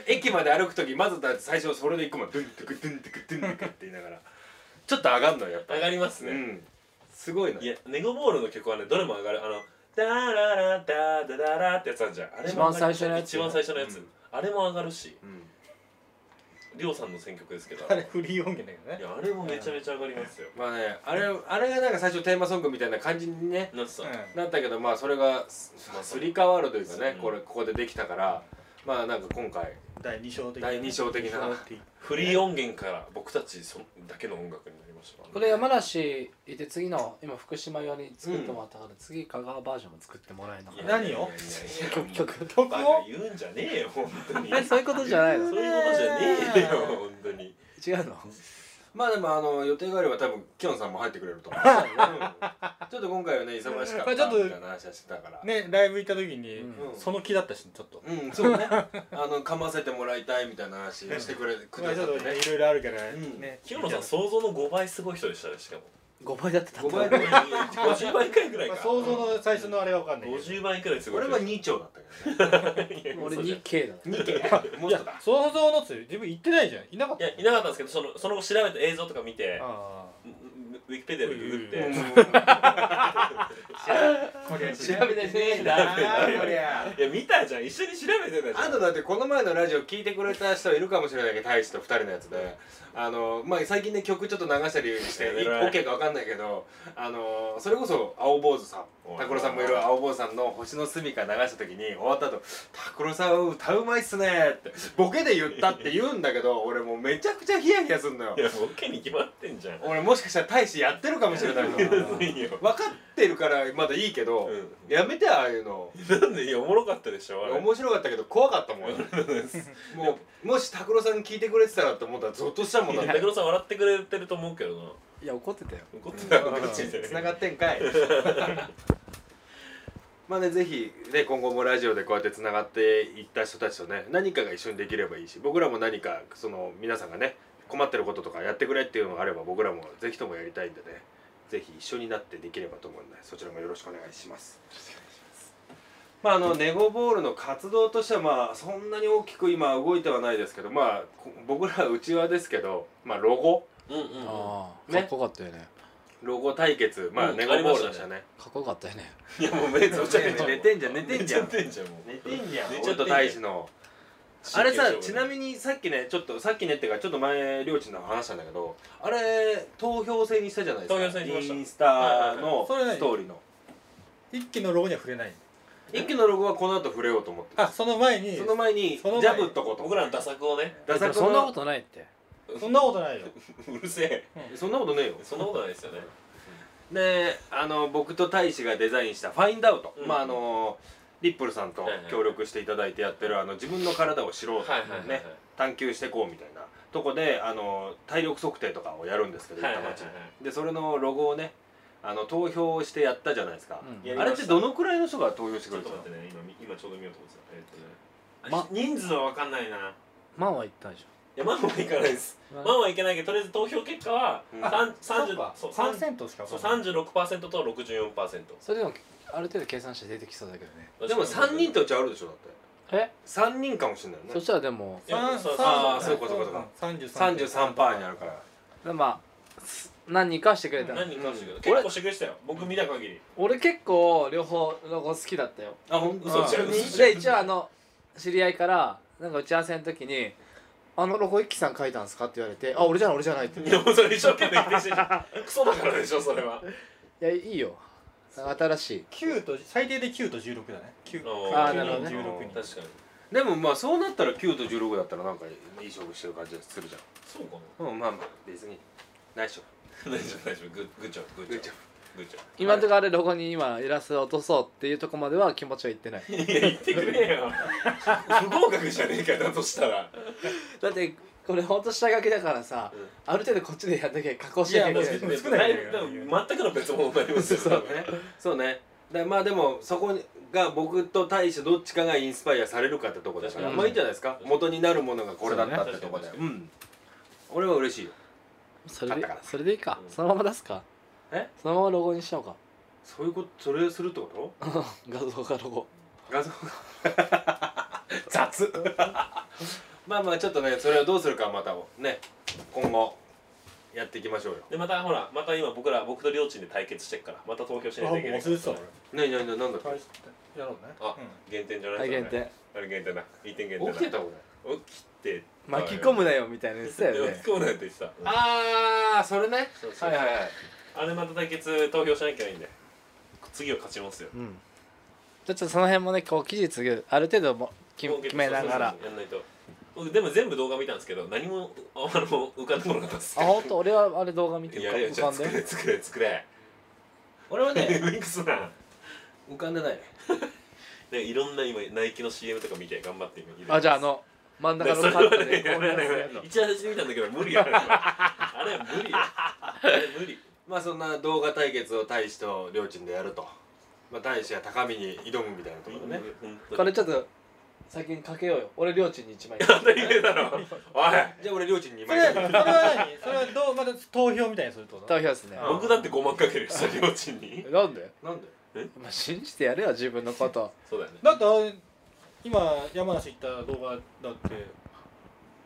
[SPEAKER 2] 駅まで歩く時まずだって最初それで行くもんドゥンテクドゥンテクドゥンテクって言いながらちょっと上がんのよやっぱ
[SPEAKER 5] 上がります
[SPEAKER 2] う
[SPEAKER 5] ね、
[SPEAKER 2] んすごいない
[SPEAKER 5] やネゴボールの曲はねどれも上がるあのダララダダダラってやつあるじゃんあれも上が
[SPEAKER 3] 一
[SPEAKER 5] る
[SPEAKER 3] 番最初のやつ
[SPEAKER 5] 一番最初のやつ、
[SPEAKER 2] うん
[SPEAKER 5] あれも上がるし
[SPEAKER 2] うん
[SPEAKER 5] りょうさんの選曲ですけど
[SPEAKER 4] あれフリー音源だけ
[SPEAKER 5] い
[SPEAKER 4] どね
[SPEAKER 5] やあれもめちゃめちゃ上がりますよ
[SPEAKER 2] まあねあれあれがなんか最初テーマソングみたいな感じにね
[SPEAKER 5] なってさ、
[SPEAKER 4] うん
[SPEAKER 2] なったけどまあそれがす
[SPEAKER 5] まあ
[SPEAKER 2] すり替わるというかね
[SPEAKER 5] うん
[SPEAKER 2] これここでできたからまあなんか今回
[SPEAKER 4] 第二章的
[SPEAKER 2] 第二章的な
[SPEAKER 4] 二章的
[SPEAKER 5] フリー音源から僕たちそんだけの音楽になりまましたからね
[SPEAKER 3] これ山梨いて次の今福島用に作ってもらったから、次香川バージョンも作ってもらえなか
[SPEAKER 5] いや
[SPEAKER 3] っ
[SPEAKER 5] いや
[SPEAKER 4] 何
[SPEAKER 5] いやいや
[SPEAKER 4] を
[SPEAKER 3] 曲曲
[SPEAKER 5] バ
[SPEAKER 4] 曲
[SPEAKER 5] カ
[SPEAKER 4] を
[SPEAKER 5] 言うんじゃねえよ本当 に
[SPEAKER 3] えそういうことじゃないの
[SPEAKER 5] そういうことじゃねえよ本当に
[SPEAKER 3] 違うの
[SPEAKER 5] まあでもあの予定があれば多分キヨンさんも入ってくれると思う、うんちょっと今回はね忙しかった
[SPEAKER 4] まあ
[SPEAKER 5] み
[SPEAKER 4] ちょっと
[SPEAKER 5] たいな話はしてたから、
[SPEAKER 4] ねライブ行った時に、
[SPEAKER 3] うん
[SPEAKER 4] その気だったしちょっと、
[SPEAKER 5] うんそうねあの噛ませてもらいたいみたいな話してくれく
[SPEAKER 4] ま
[SPEAKER 5] だ
[SPEAKER 4] あち
[SPEAKER 5] さ
[SPEAKER 4] ょっ
[SPEAKER 5] っ
[SPEAKER 4] と
[SPEAKER 5] て
[SPEAKER 4] ね
[SPEAKER 5] ね
[SPEAKER 4] いろいろあるから、
[SPEAKER 5] うん
[SPEAKER 4] ね
[SPEAKER 5] キヨンさん想像の5倍すごい人でしたねし かも
[SPEAKER 3] 5倍だってた
[SPEAKER 5] 5倍ぐらい50倍くらいぐらい
[SPEAKER 4] ま
[SPEAKER 5] か
[SPEAKER 4] あ、想像の最初のあれは分かんないけど
[SPEAKER 5] 50倍くらいすごい
[SPEAKER 2] 俺は2丁だったけどね
[SPEAKER 3] 俺 2K だ
[SPEAKER 5] 2件もっとだ
[SPEAKER 4] 想像のつ自分行ってないじゃんいなかっ
[SPEAKER 5] い
[SPEAKER 4] た
[SPEAKER 5] やいなかったんですけどそのその後調べて映像とか見て
[SPEAKER 4] あ
[SPEAKER 5] ウィキペディアでググっ
[SPEAKER 4] う
[SPEAKER 5] て
[SPEAKER 4] あこれ
[SPEAKER 3] 調べてねえんだ
[SPEAKER 5] なこり
[SPEAKER 4] ゃ
[SPEAKER 5] いや見たじゃん一緒に調べてたじゃん
[SPEAKER 2] あとだってこの前のラジオ聞いてくれた人いるかもしれないけど大志と2人のやつであのまあ最近ね曲ちょっと流したりして
[SPEAKER 5] やめ
[SPEAKER 2] い
[SPEAKER 5] ろよ
[SPEAKER 2] OK か分かんないけどあのそれこそ青坊主さん
[SPEAKER 5] おい
[SPEAKER 2] 拓郎さんもいる青坊主さんの「星の住みか」流した時に終わった後「拓郎さん歌うまいっすね」ってボケで言ったって言うんだけど俺もうめちゃくちゃヒヤヒヤすんのよ
[SPEAKER 5] いやボケに決まってんじゃん
[SPEAKER 2] 俺もしかしたら大志やってるかもし れないな
[SPEAKER 5] むずいよ
[SPEAKER 2] 分かってるからまだいいけど、
[SPEAKER 5] うん
[SPEAKER 2] やめてああいうの
[SPEAKER 5] なんでいやおもろかったでしょあれ
[SPEAKER 2] 面白かったけど怖かったもん もうもし拓郎さん聞いてくれてたらって思ったらゾッとしたもんだっ
[SPEAKER 5] 拓
[SPEAKER 2] て
[SPEAKER 5] 郎さん笑ってくれてると思うけどない
[SPEAKER 3] や怒ってたよ
[SPEAKER 5] 怒ってた
[SPEAKER 2] こ
[SPEAKER 5] こ
[SPEAKER 2] っ
[SPEAKER 5] っ
[SPEAKER 2] ち
[SPEAKER 5] ち
[SPEAKER 2] に
[SPEAKER 5] に
[SPEAKER 2] つながってんか いまあねぜひね今後もラジオでこうやってつながっていった人たちとね何かが一緒にできればいいし僕らも何かその皆さんがね困ってることとかやってくれっていうのがあれば僕らもぜひともやりたいんでねぜひ一緒になってできればと思うんでそちらもよろしくお願いします。まあ、あのネゴボールの活動としては、まあ、そんなに大きく今動いてはないですけど、まあ、こ僕らはうちわですけど、まあ、ロゴ
[SPEAKER 5] うんうんうん
[SPEAKER 3] ああ、
[SPEAKER 2] ね
[SPEAKER 3] かっこよかったよね
[SPEAKER 2] ロゴ対決、まあ、
[SPEAKER 5] うん
[SPEAKER 2] ネゴボールでしたね。
[SPEAKER 3] かっこよかったよね
[SPEAKER 5] いやもうめっちゃめちゃ
[SPEAKER 2] 寝てんじゃん寝てんじゃん
[SPEAKER 5] 寝ちゃってんじゃんもう
[SPEAKER 2] 寝てんじゃん。俺
[SPEAKER 5] 寝ちゃってんじゃん
[SPEAKER 2] と大志の。あれさ、ちなみ
[SPEAKER 5] に
[SPEAKER 2] にさっきね、ちょっとさっきねっていうか、ちょっと前りょうちんの話したんだけど、あれ投票制にしたじゃないですか。
[SPEAKER 5] 投票制にしました
[SPEAKER 2] インスタの
[SPEAKER 4] はいはいはい
[SPEAKER 2] ストーリーの。
[SPEAKER 4] 一気のロゴには触れない
[SPEAKER 2] 一気のロゴはこの後触れようと思って。
[SPEAKER 4] あその前に
[SPEAKER 2] その前にジ
[SPEAKER 4] その前
[SPEAKER 2] ャブっとこと。
[SPEAKER 5] 僕らのダサ作をね
[SPEAKER 2] ダ
[SPEAKER 3] で
[SPEAKER 2] サ
[SPEAKER 3] も
[SPEAKER 2] くの
[SPEAKER 3] そんなことないって
[SPEAKER 4] そんなことないよ
[SPEAKER 5] うるせえ
[SPEAKER 2] そんなことねえよ。
[SPEAKER 5] そんなことないですよね
[SPEAKER 2] であの僕と大使がデザインした「ファインダウト」
[SPEAKER 5] うん
[SPEAKER 2] まああのリップルさんと
[SPEAKER 5] はいはい
[SPEAKER 2] 協力していただいてやってるあの自分の体を知ろう
[SPEAKER 5] はいはいはいはい
[SPEAKER 2] ね探求してこうみたいなとこであの体力測定とかをやるんですけど
[SPEAKER 5] はいはい
[SPEAKER 2] 板
[SPEAKER 5] はい
[SPEAKER 2] 町でそれのロゴをねあの投票してやったじゃないですか、
[SPEAKER 3] うん
[SPEAKER 2] あれってどのくらいの人が投票して
[SPEAKER 5] ち
[SPEAKER 2] く
[SPEAKER 5] ょ
[SPEAKER 2] れ
[SPEAKER 5] っと
[SPEAKER 2] てた
[SPEAKER 5] 待
[SPEAKER 2] の
[SPEAKER 5] ってね今み今ちょうど見ようと思ってたえっとね
[SPEAKER 3] ま
[SPEAKER 5] 人数は分かんないな
[SPEAKER 3] マンは言ったでし
[SPEAKER 5] いやマンはいかないです
[SPEAKER 3] ょ
[SPEAKER 5] マンはいけないけどとりあえず投票結果は
[SPEAKER 2] うん
[SPEAKER 5] 三三
[SPEAKER 4] そ
[SPEAKER 5] 十
[SPEAKER 4] うか
[SPEAKER 5] そう
[SPEAKER 4] パ
[SPEAKER 5] 三
[SPEAKER 4] ーセントしか
[SPEAKER 5] そう
[SPEAKER 4] わかんない
[SPEAKER 5] 36%と64%
[SPEAKER 3] それでもある程度計算して出てきそうだけどね
[SPEAKER 2] でも3人とうちあるでしょだって
[SPEAKER 3] え
[SPEAKER 2] 3人かもしれないよ
[SPEAKER 3] そ
[SPEAKER 2] ね
[SPEAKER 3] したらでも
[SPEAKER 5] いや
[SPEAKER 4] 三
[SPEAKER 5] そう
[SPEAKER 2] あー
[SPEAKER 4] 三
[SPEAKER 2] そういうことそういうこと33%パーになるから
[SPEAKER 3] まあす何人かしてくれたの
[SPEAKER 5] 何人かしてくれた
[SPEAKER 3] うん
[SPEAKER 5] 結構してくれてたよ僕見た限り
[SPEAKER 3] 俺結構両方ロゴ好きだったよ
[SPEAKER 2] あほん
[SPEAKER 5] 嘘じゃん
[SPEAKER 2] あ
[SPEAKER 5] 嘘じゃん
[SPEAKER 3] で一応あの知り合いからなんか打ち合わせの時に「あのロゴ一輝さん書いたんですか?」って言われて「あ俺じゃない俺じゃない」って「い
[SPEAKER 5] いやもうそれ一生懸命否定してるじゃ んクソだからでしょそれは
[SPEAKER 3] やいいよ新しい
[SPEAKER 4] 9と最低で9と16だね9
[SPEAKER 5] あ
[SPEAKER 3] ーなるほどね
[SPEAKER 4] 16人
[SPEAKER 5] 確かに
[SPEAKER 2] でもまあそうなったら9と16だったらなんかいい勝負してる感じがするじゃん
[SPEAKER 5] そうか
[SPEAKER 2] うん、まあまあ、別に。ないしょ。
[SPEAKER 5] な大丈夫大丈夫グッグッジョブグッジョブグッジョ
[SPEAKER 3] 今のところあれロゴに今イラスト落とそうっていうとこまでは気持ちは言ってない
[SPEAKER 5] ブいや言ってくれよ不合格じゃねえかだとした ら
[SPEAKER 3] だってこれほんと下書きだからさ、
[SPEAKER 5] うん
[SPEAKER 3] ある程度こっちでやんなきゃ加工しなきゃいけないじゃん
[SPEAKER 4] いやもう少ない
[SPEAKER 5] だいぶ全くの別物になりますよ
[SPEAKER 2] そうね。そうね。でまあでもそこが僕と大使どっちかがインスパイアされるかってとこだから
[SPEAKER 5] 確かに
[SPEAKER 2] まあいいんじゃないですか元になるものがこれだったってとこで
[SPEAKER 5] そう
[SPEAKER 2] う,、
[SPEAKER 5] ね
[SPEAKER 2] ん俺は嬉しいよ
[SPEAKER 3] それで
[SPEAKER 2] 買ったから
[SPEAKER 3] それでいいか、
[SPEAKER 5] うん
[SPEAKER 3] そのまま出すか
[SPEAKER 2] え
[SPEAKER 3] そのままロゴにしちゃおうか
[SPEAKER 2] そういうことそれするってこと
[SPEAKER 3] 画像がロゴ
[SPEAKER 2] 画像が雑 まあまあちょっとねそれをどうするかはまたね今後やっていきましょうよ
[SPEAKER 5] でまたほらまた今僕ら僕と両親で対決してっからまた投票し
[SPEAKER 4] あ
[SPEAKER 5] な
[SPEAKER 4] も
[SPEAKER 5] いうといけない
[SPEAKER 4] 忘れてたわ
[SPEAKER 2] ねえねえねえなんだっ
[SPEAKER 4] 俺
[SPEAKER 2] け
[SPEAKER 4] やろうね
[SPEAKER 5] あ
[SPEAKER 4] うん
[SPEAKER 5] 減点じゃない
[SPEAKER 3] はい
[SPEAKER 5] それ
[SPEAKER 3] 限定
[SPEAKER 5] あれ減点だ1点減点
[SPEAKER 2] 起
[SPEAKER 5] だ
[SPEAKER 2] きてた俺
[SPEAKER 5] 起きてたよ
[SPEAKER 3] 巻き込むなよみたいなやつだよ
[SPEAKER 5] い や
[SPEAKER 3] ね
[SPEAKER 5] 巻き込むなよって言ってたうん
[SPEAKER 2] ああそれね
[SPEAKER 5] そうそう
[SPEAKER 2] はいはいはい
[SPEAKER 5] あれまた対決投票しなきゃいいんで次は勝ちますよ
[SPEAKER 3] うんじゃあちょっとその辺もねこう期日ある程度も決
[SPEAKER 5] もう
[SPEAKER 3] 決めながら
[SPEAKER 5] そうそうそうやんないと僕でも全部動画見たんですけど何もあの浮かんでこなかったです
[SPEAKER 3] あ本当俺はあれ動画見て
[SPEAKER 5] い
[SPEAKER 3] る
[SPEAKER 5] やいやじゃ
[SPEAKER 3] か
[SPEAKER 5] あ
[SPEAKER 3] 浮
[SPEAKER 5] 作
[SPEAKER 3] かんで
[SPEAKER 5] れ作れ作れ
[SPEAKER 2] 俺は
[SPEAKER 5] ウ
[SPEAKER 2] ね
[SPEAKER 5] ィンクスな
[SPEAKER 2] 浮かんでないね
[SPEAKER 5] ねいろんな今ナイキの CM とか見て頑張って今入れてます
[SPEAKER 3] あじゃああの真ん
[SPEAKER 5] だか
[SPEAKER 3] 中
[SPEAKER 5] ら
[SPEAKER 3] の
[SPEAKER 5] そ
[SPEAKER 3] カ
[SPEAKER 5] れ
[SPEAKER 3] ット
[SPEAKER 5] は
[SPEAKER 3] で
[SPEAKER 5] ね
[SPEAKER 3] こういうやつやんの
[SPEAKER 5] 一番初め見たんだけど無理やあれは無理やあれ無理
[SPEAKER 2] まあそんな動画対決を大使と両親でやるとまあ大使が高みに挑むみたいなところね
[SPEAKER 3] これちょっと先にかけようよ俺りょうちんに一枚
[SPEAKER 5] 当たり前だろおい
[SPEAKER 2] じゃあ俺両親に
[SPEAKER 4] そ
[SPEAKER 2] 今
[SPEAKER 4] れそれは何それはどうまた投票みたいにするってこと
[SPEAKER 3] 投票ですね
[SPEAKER 4] あ
[SPEAKER 5] 僕だって5万かけるよそれ両親に
[SPEAKER 3] なんで
[SPEAKER 2] なんで
[SPEAKER 3] まあ信じてやれよ自分のこと
[SPEAKER 5] そうだよね
[SPEAKER 4] だってあれ今山梨行った動画だって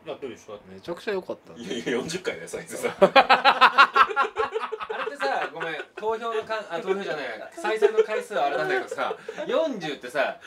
[SPEAKER 4] やってるでしょだって
[SPEAKER 3] めちゃくちゃ良かった
[SPEAKER 5] いやいや40回だよサイズさ
[SPEAKER 2] あれってさごめん投票のかあ投票じゃない再生の回数はあれなんだけどさ40ってさ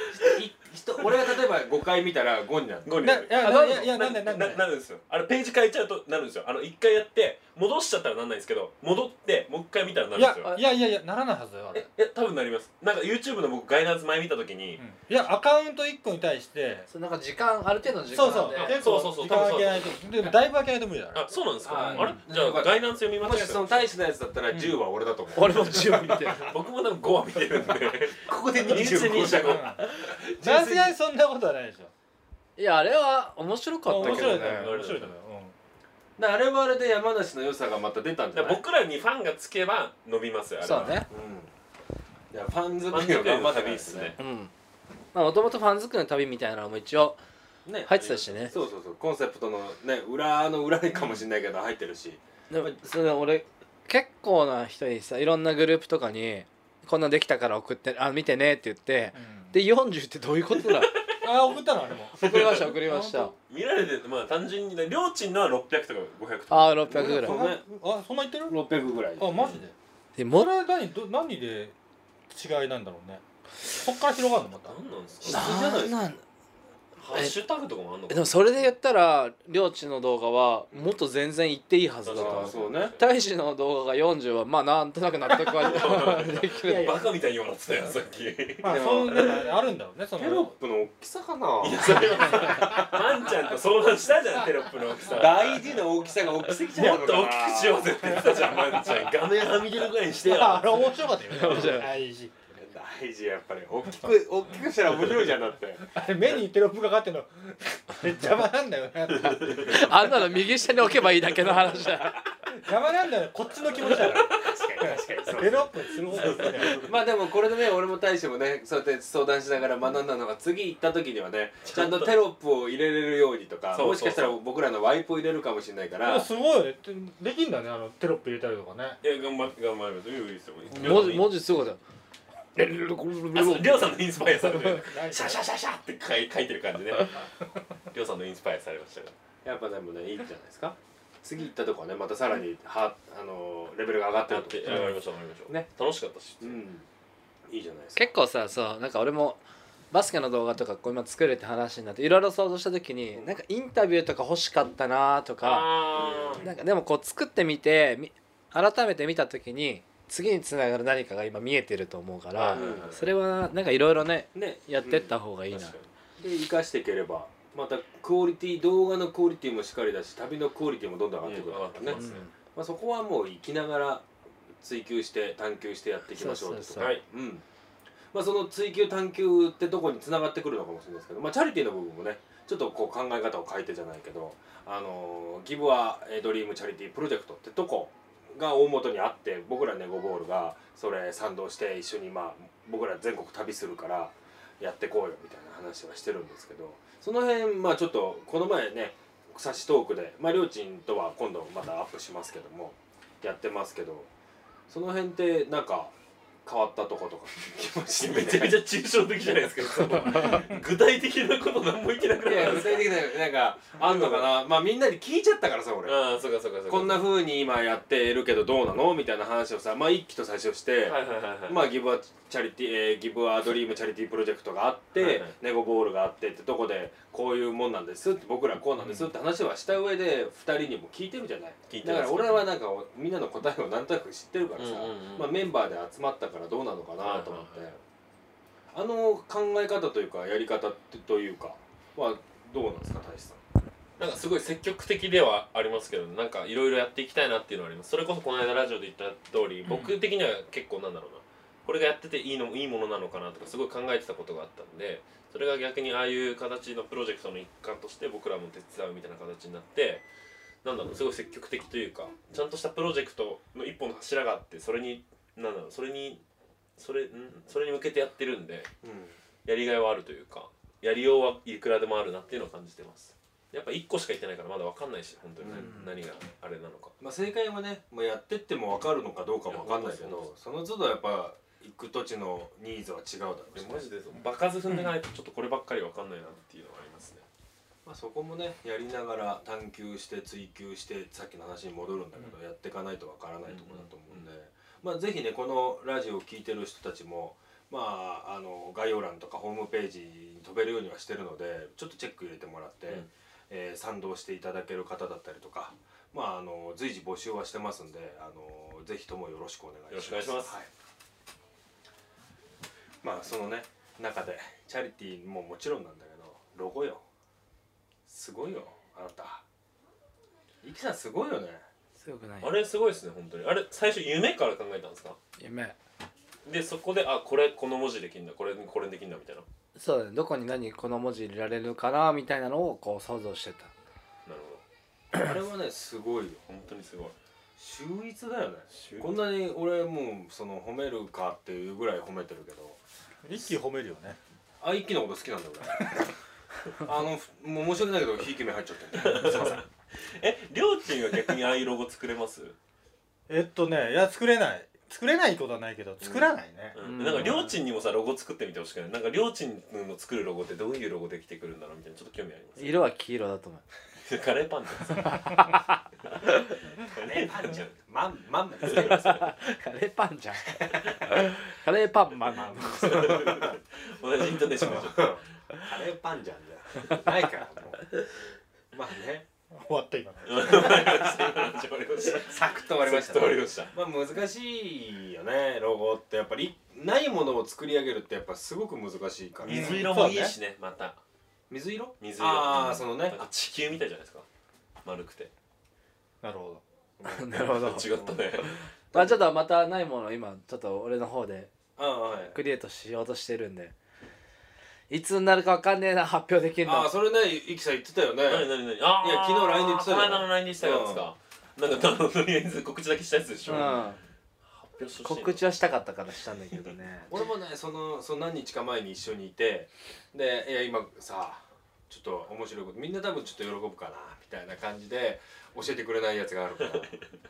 [SPEAKER 2] ひひと俺が例えば5回見たら5になる
[SPEAKER 5] 5に
[SPEAKER 4] な
[SPEAKER 5] ないる
[SPEAKER 4] や
[SPEAKER 3] あ
[SPEAKER 4] いやいやなんでなんで
[SPEAKER 5] なるんですよあれページ変えちゃうとなるんですよあの1回やって戻しちゃったらなんないんですけど戻ってもう1回見たらないるんで
[SPEAKER 4] や
[SPEAKER 5] すよ
[SPEAKER 4] いやいやいやならないはずだよあれ
[SPEAKER 5] ええ多分なりますなんか YouTube の僕ガイナーズ前見た時に
[SPEAKER 4] いやアカウント1個に対して
[SPEAKER 3] そうなんか時間ある程度の時間
[SPEAKER 4] そうそう
[SPEAKER 3] で
[SPEAKER 4] 結
[SPEAKER 5] そ
[SPEAKER 4] 構
[SPEAKER 5] うそうそう
[SPEAKER 4] 時間空けないとでもだいぶ空けないと無理だろ
[SPEAKER 5] あそうなんですか
[SPEAKER 2] あ
[SPEAKER 5] あれじゃあガイナーズ読みま
[SPEAKER 2] もし
[SPEAKER 5] す
[SPEAKER 2] その大使のやつだったら10は俺だと思う、
[SPEAKER 3] 俺も10見てる
[SPEAKER 5] 僕も多分5は見てるんで
[SPEAKER 2] ここで
[SPEAKER 5] 25社
[SPEAKER 4] うんさすがにそんなことはないでしょ
[SPEAKER 3] いやあれは面白かった
[SPEAKER 4] 面
[SPEAKER 3] け
[SPEAKER 4] 白
[SPEAKER 3] ど
[SPEAKER 4] いと
[SPEAKER 3] ね
[SPEAKER 4] 思う面白いと思うよ
[SPEAKER 2] だあれはあれで山梨の良さがまた出たんじゃない
[SPEAKER 5] 僕らにファンがつけば伸びますよあれ
[SPEAKER 3] そ
[SPEAKER 5] は
[SPEAKER 3] うね
[SPEAKER 2] うんいやファン作
[SPEAKER 5] フ
[SPEAKER 2] り
[SPEAKER 5] ァ
[SPEAKER 2] を
[SPEAKER 5] ンが
[SPEAKER 2] 頑張った
[SPEAKER 5] 旅っ
[SPEAKER 2] ですすね
[SPEAKER 5] ね
[SPEAKER 3] うんまあもともとファン作りの旅みたいなのも一応
[SPEAKER 2] ね
[SPEAKER 3] 入ってたしね
[SPEAKER 2] そうそうそうコンセプトのね裏の裏かもしれないけど入ってるし
[SPEAKER 3] でもそれ俺結構な人にさいろんなグループとかに「こんなんできたから送ってあ見てね」って言って
[SPEAKER 4] うん
[SPEAKER 3] で40ってどういうこと だ
[SPEAKER 4] あ送ったのあれも
[SPEAKER 3] 送りました送りました
[SPEAKER 5] 見られてまあ単純にね両親のは600とか500とか
[SPEAKER 3] ああ600ぐら
[SPEAKER 2] そ
[SPEAKER 3] い
[SPEAKER 2] んな
[SPEAKER 4] あそんな言ってる
[SPEAKER 2] 600ぐらい
[SPEAKER 4] あマジで
[SPEAKER 3] で
[SPEAKER 4] こ
[SPEAKER 3] も
[SPEAKER 4] れは何ど何で違いなんだろうねそっから広がるのまた
[SPEAKER 5] 何なんですか
[SPEAKER 2] じゃな
[SPEAKER 3] なん
[SPEAKER 2] いですか
[SPEAKER 3] なん
[SPEAKER 5] ハッシュタグとかもあんの
[SPEAKER 3] で
[SPEAKER 5] か
[SPEAKER 3] もそれで言ったらりょうちの動画はもっと全然言っていいはずだと
[SPEAKER 2] あ
[SPEAKER 3] 思
[SPEAKER 2] あ
[SPEAKER 3] う
[SPEAKER 2] そうね
[SPEAKER 3] 大使の動画が40はまあなんとなく納得はできる
[SPEAKER 4] いや
[SPEAKER 5] バカみたいに笑ってたよさっきい
[SPEAKER 4] まあ
[SPEAKER 2] でも
[SPEAKER 4] そうなんかあるんだろうねその
[SPEAKER 2] テロップの大きさかな
[SPEAKER 5] や それはまんちゃんと相談したじゃんテロップの大きさ
[SPEAKER 2] 大事な大きさが大きすぎち
[SPEAKER 5] も
[SPEAKER 2] ゃう
[SPEAKER 5] っ
[SPEAKER 2] の
[SPEAKER 5] と
[SPEAKER 2] かな
[SPEAKER 5] 大きくしようぜって言ってたじゃんまんちゃん画面はみ出るぐらいにしてよ
[SPEAKER 4] ああれ面白かったよね
[SPEAKER 3] 面白い
[SPEAKER 4] 大事
[SPEAKER 2] 大事やっぱり大きく大きくしたら面白いじゃんだって
[SPEAKER 4] あれ目にテロップがかってんの邪魔なんだよね
[SPEAKER 3] あんなの右下に置けばいいだけの話だ
[SPEAKER 4] 邪魔なんだよねこっちの気持ちだから
[SPEAKER 2] 確かに確かに
[SPEAKER 4] テロップする方がいいんだよ
[SPEAKER 2] まあでもこれでね俺も大使もねそうやって相談しながら学んだのが次行った時にはねちゃんとテロップを入れれるようにとか
[SPEAKER 5] そ
[SPEAKER 2] も
[SPEAKER 5] う
[SPEAKER 2] し
[SPEAKER 5] そう
[SPEAKER 2] か
[SPEAKER 5] そう
[SPEAKER 2] したら僕らのワイプを入れるかもしれないか
[SPEAKER 4] でも
[SPEAKER 2] ら
[SPEAKER 4] すごいよねできんだねあのテロップ入れたりとかね
[SPEAKER 5] いや頑張頑張りますいいですよ
[SPEAKER 3] 文字文字すごかった
[SPEAKER 5] あそうりょうさんのインスパイアされて
[SPEAKER 4] 何
[SPEAKER 5] シャシャシャシャって書い書いてる感じねりょうさんのインスパイアされましたか
[SPEAKER 2] やっぱでもねいいんじゃないですか次行ったとこはねまたさらにはあのレベルが上がって
[SPEAKER 5] ら
[SPEAKER 2] る
[SPEAKER 5] っ
[SPEAKER 2] と
[SPEAKER 5] て上がりましょう上がりましょう
[SPEAKER 2] ね
[SPEAKER 5] 楽しかったし
[SPEAKER 2] うんいいじゃないですか
[SPEAKER 3] 結構さそうなんか俺もバスケの動画とかこう今作るって話になっていろいろ想像した時になんかインタビューとか欲しかったなとか
[SPEAKER 5] あー
[SPEAKER 3] なんかでもこう作ってみてみ改めて見た時に次につながる何かが今見えてると思うから
[SPEAKER 5] はいはいはい
[SPEAKER 3] それはなんかいろいろね
[SPEAKER 2] ね
[SPEAKER 3] やってった方がいいな、
[SPEAKER 5] 確かに
[SPEAKER 2] で生かしていければまたクオリティ動画のクオリティもしっかりだし旅のクオリティもどんどん上がってくるから
[SPEAKER 5] うん
[SPEAKER 2] ね、
[SPEAKER 5] 上がってきます
[SPEAKER 3] うん
[SPEAKER 2] まあ、そこはもう生きながら追求して探求してやっていきましょうってと
[SPEAKER 3] そう
[SPEAKER 2] こ
[SPEAKER 5] はい
[SPEAKER 2] うんまあ、その追求探求ってとこにつながってくるのかもしれないですけど、まあ、チャリティーの部分もねちょっとこう考え方を変えてじゃないけど「あのギブ・ア・ドリーム・チャリティー・プロジェクト」ってとこが大元にあって僕らネゴボールがそれ賛同して一緒にまあ僕ら全国旅するからやってこうよみたいな話はしてるんですけどその辺まあちょっとこの前ね草しトークでまありょうちんとは今度またアップしますけどもやってますけどその辺ってなんか変わったとことか聞きました
[SPEAKER 5] めちゃめちゃ抽象的じゃないですかその具体的なこと何も言ってなくなっ
[SPEAKER 2] いや
[SPEAKER 5] た
[SPEAKER 2] 具
[SPEAKER 5] んですか
[SPEAKER 2] 体的ななんかあんのかなまあみんなに聞いちゃったからさ俺
[SPEAKER 5] ああそうかそうかそうか
[SPEAKER 2] こんな風に今やってるけどどうなのみたいな話をさまあ一期と最初して、
[SPEAKER 5] はいはいはいはい
[SPEAKER 2] まあギブアチャリティ、えーギブアドリームチャリティープロジェクトがあって、
[SPEAKER 5] はいはい
[SPEAKER 2] ネゴボールがあってってとこでこういうもんなんですって僕らこうなんですって話はした上で2人にも聞いてるじゃない
[SPEAKER 5] 聞いて
[SPEAKER 2] だ
[SPEAKER 5] ます
[SPEAKER 2] から俺はなんかみんなの答えをなんとなく知ってるからさ、
[SPEAKER 5] うんうんうん
[SPEAKER 2] まあ、メンバーで集まったからどうなのかなと思って、
[SPEAKER 5] はいはい
[SPEAKER 2] あの考え方というかやり方というかはどうなんですか大志さん
[SPEAKER 5] なんかすごい積極的ではありますけど、なんかいろいろやっていきたいなっていうのはあります。それこそこの間ラジオで言った通り、僕的には結構なんだろうな、これがやってていいのいいものなのかなとかすごい考えてたことがあったんで、それが逆にああいう形のプロジェクトの一環として僕らも手伝うみたいな形になって、なんだろうすごい積極的というか、ちゃんとしたプロジェクトの一本の柱があって、それになんだろうそれにそれんそれに向けてやってるんで。やりがいはあるというかやりようはいくらでもあるなっていうのを感じてますやっぱ1個しか言ってないからまだ分かんないし本当に何,、
[SPEAKER 2] うん
[SPEAKER 5] 何があれなのか
[SPEAKER 2] まあ、正解はね、まあ、やってっても分かるのかどうかも分かんないけ
[SPEAKER 5] いや本当
[SPEAKER 2] どその都度やっぱ行く土地のニーズは違うだろうし、
[SPEAKER 5] で
[SPEAKER 2] ね
[SPEAKER 5] マジでその場数踏んでないとちょっとこればっかり分かんないなっていうのがありますね
[SPEAKER 2] まあ、そこもねやりながら探求して追求してさっきの話に戻るんだけど、やっていかないと分からないところだと思うんで、まあ、ぜひねこのラジオを聴いてる人たちも、まあ、あの概要欄とかホームページに飛べるようにはしてるのでちょっとチェック入れてもらって、
[SPEAKER 5] うん
[SPEAKER 2] えー賛同していただける方だったりとか、まあ、あの随時募集はしてますんであのぜひともよろしくお願いします。
[SPEAKER 5] よろしくお願いします
[SPEAKER 2] はいまあそのね中でチャリティーももちろんなんだけどロゴよすごいよあなたイキさんすごいよね
[SPEAKER 3] 強くない
[SPEAKER 5] あれすごいですね本当にあれ最初夢から考えたんですか
[SPEAKER 3] 夢
[SPEAKER 5] でそこであこれこの文字できんだこれこれできんだみたいな
[SPEAKER 3] そうだねどこに何この文字入れられるかなみたいなのをこう想像してた
[SPEAKER 5] なるほど
[SPEAKER 2] あれはねすごいよ
[SPEAKER 5] 本当にすごい
[SPEAKER 2] 秀逸だよね
[SPEAKER 5] 秀逸
[SPEAKER 2] こんなに俺もうその褒めるかっていうぐらい褒めてるけど
[SPEAKER 4] リッキー褒めるよね
[SPEAKER 2] あいきのこと好きなんだ 俺あのふもう申し訳ないけどひいき目入っちゃってるすいません
[SPEAKER 5] えりょうちんは逆にああいうロゴ作れます、
[SPEAKER 4] えっとねいや作れない作れないことはないけど作らないね、
[SPEAKER 5] うん、なんかりょうちんにもさロゴ作ってみてほしくないなんかりょうちんの作るロゴってどういうロゴできてくるんだろうみたいなちょっと興味あります
[SPEAKER 3] 色は黄色だと思う
[SPEAKER 5] カレーパンじゃん。カレーパンじゃん。
[SPEAKER 2] まんまんまつけるそれ
[SPEAKER 3] カレーパンじゃん カレーパンマンマン
[SPEAKER 5] 同じイントネーションでし ょ。
[SPEAKER 2] カレーパンじゃんじゃないからもうまあね
[SPEAKER 4] 終わった今
[SPEAKER 5] 終わりました。終わりました。
[SPEAKER 2] サクッと終わりましたね
[SPEAKER 5] 終わりました。
[SPEAKER 2] まあ難しいよねロゴってやっぱりないものを作り上げるってやっぱすごく難しいから、
[SPEAKER 5] 水色もいいしね、また。
[SPEAKER 2] 水色
[SPEAKER 5] 水色。
[SPEAKER 2] ああそのね
[SPEAKER 5] なんか地球みたいじゃないですか。丸くて。
[SPEAKER 4] なるほ
[SPEAKER 3] なるほど
[SPEAKER 5] 違ったね。
[SPEAKER 3] まあちょっとまたないものを今ちょっと俺の方で
[SPEAKER 2] ああはい
[SPEAKER 3] クリエイトしようとしてるんでいつになるかわかんねえな発表できる
[SPEAKER 2] ああ
[SPEAKER 3] の
[SPEAKER 2] それねイキさん言ってたよね
[SPEAKER 5] なになになに。ああ。
[SPEAKER 2] いや昨日 LINE で言ってたじゃん
[SPEAKER 5] この間の LINE でしたやつか。なんかあのとりあえず告知だけしたやつでしょ。
[SPEAKER 3] うん
[SPEAKER 5] 発表してほしいな
[SPEAKER 3] 告知はしたかったからしたんだけどね
[SPEAKER 2] 俺もねそのその何日か前に一緒にいてでいや今さちょっと面白いことみんな多分ちょっと喜ぶかなみたいな感じで教えてくれないやつがある から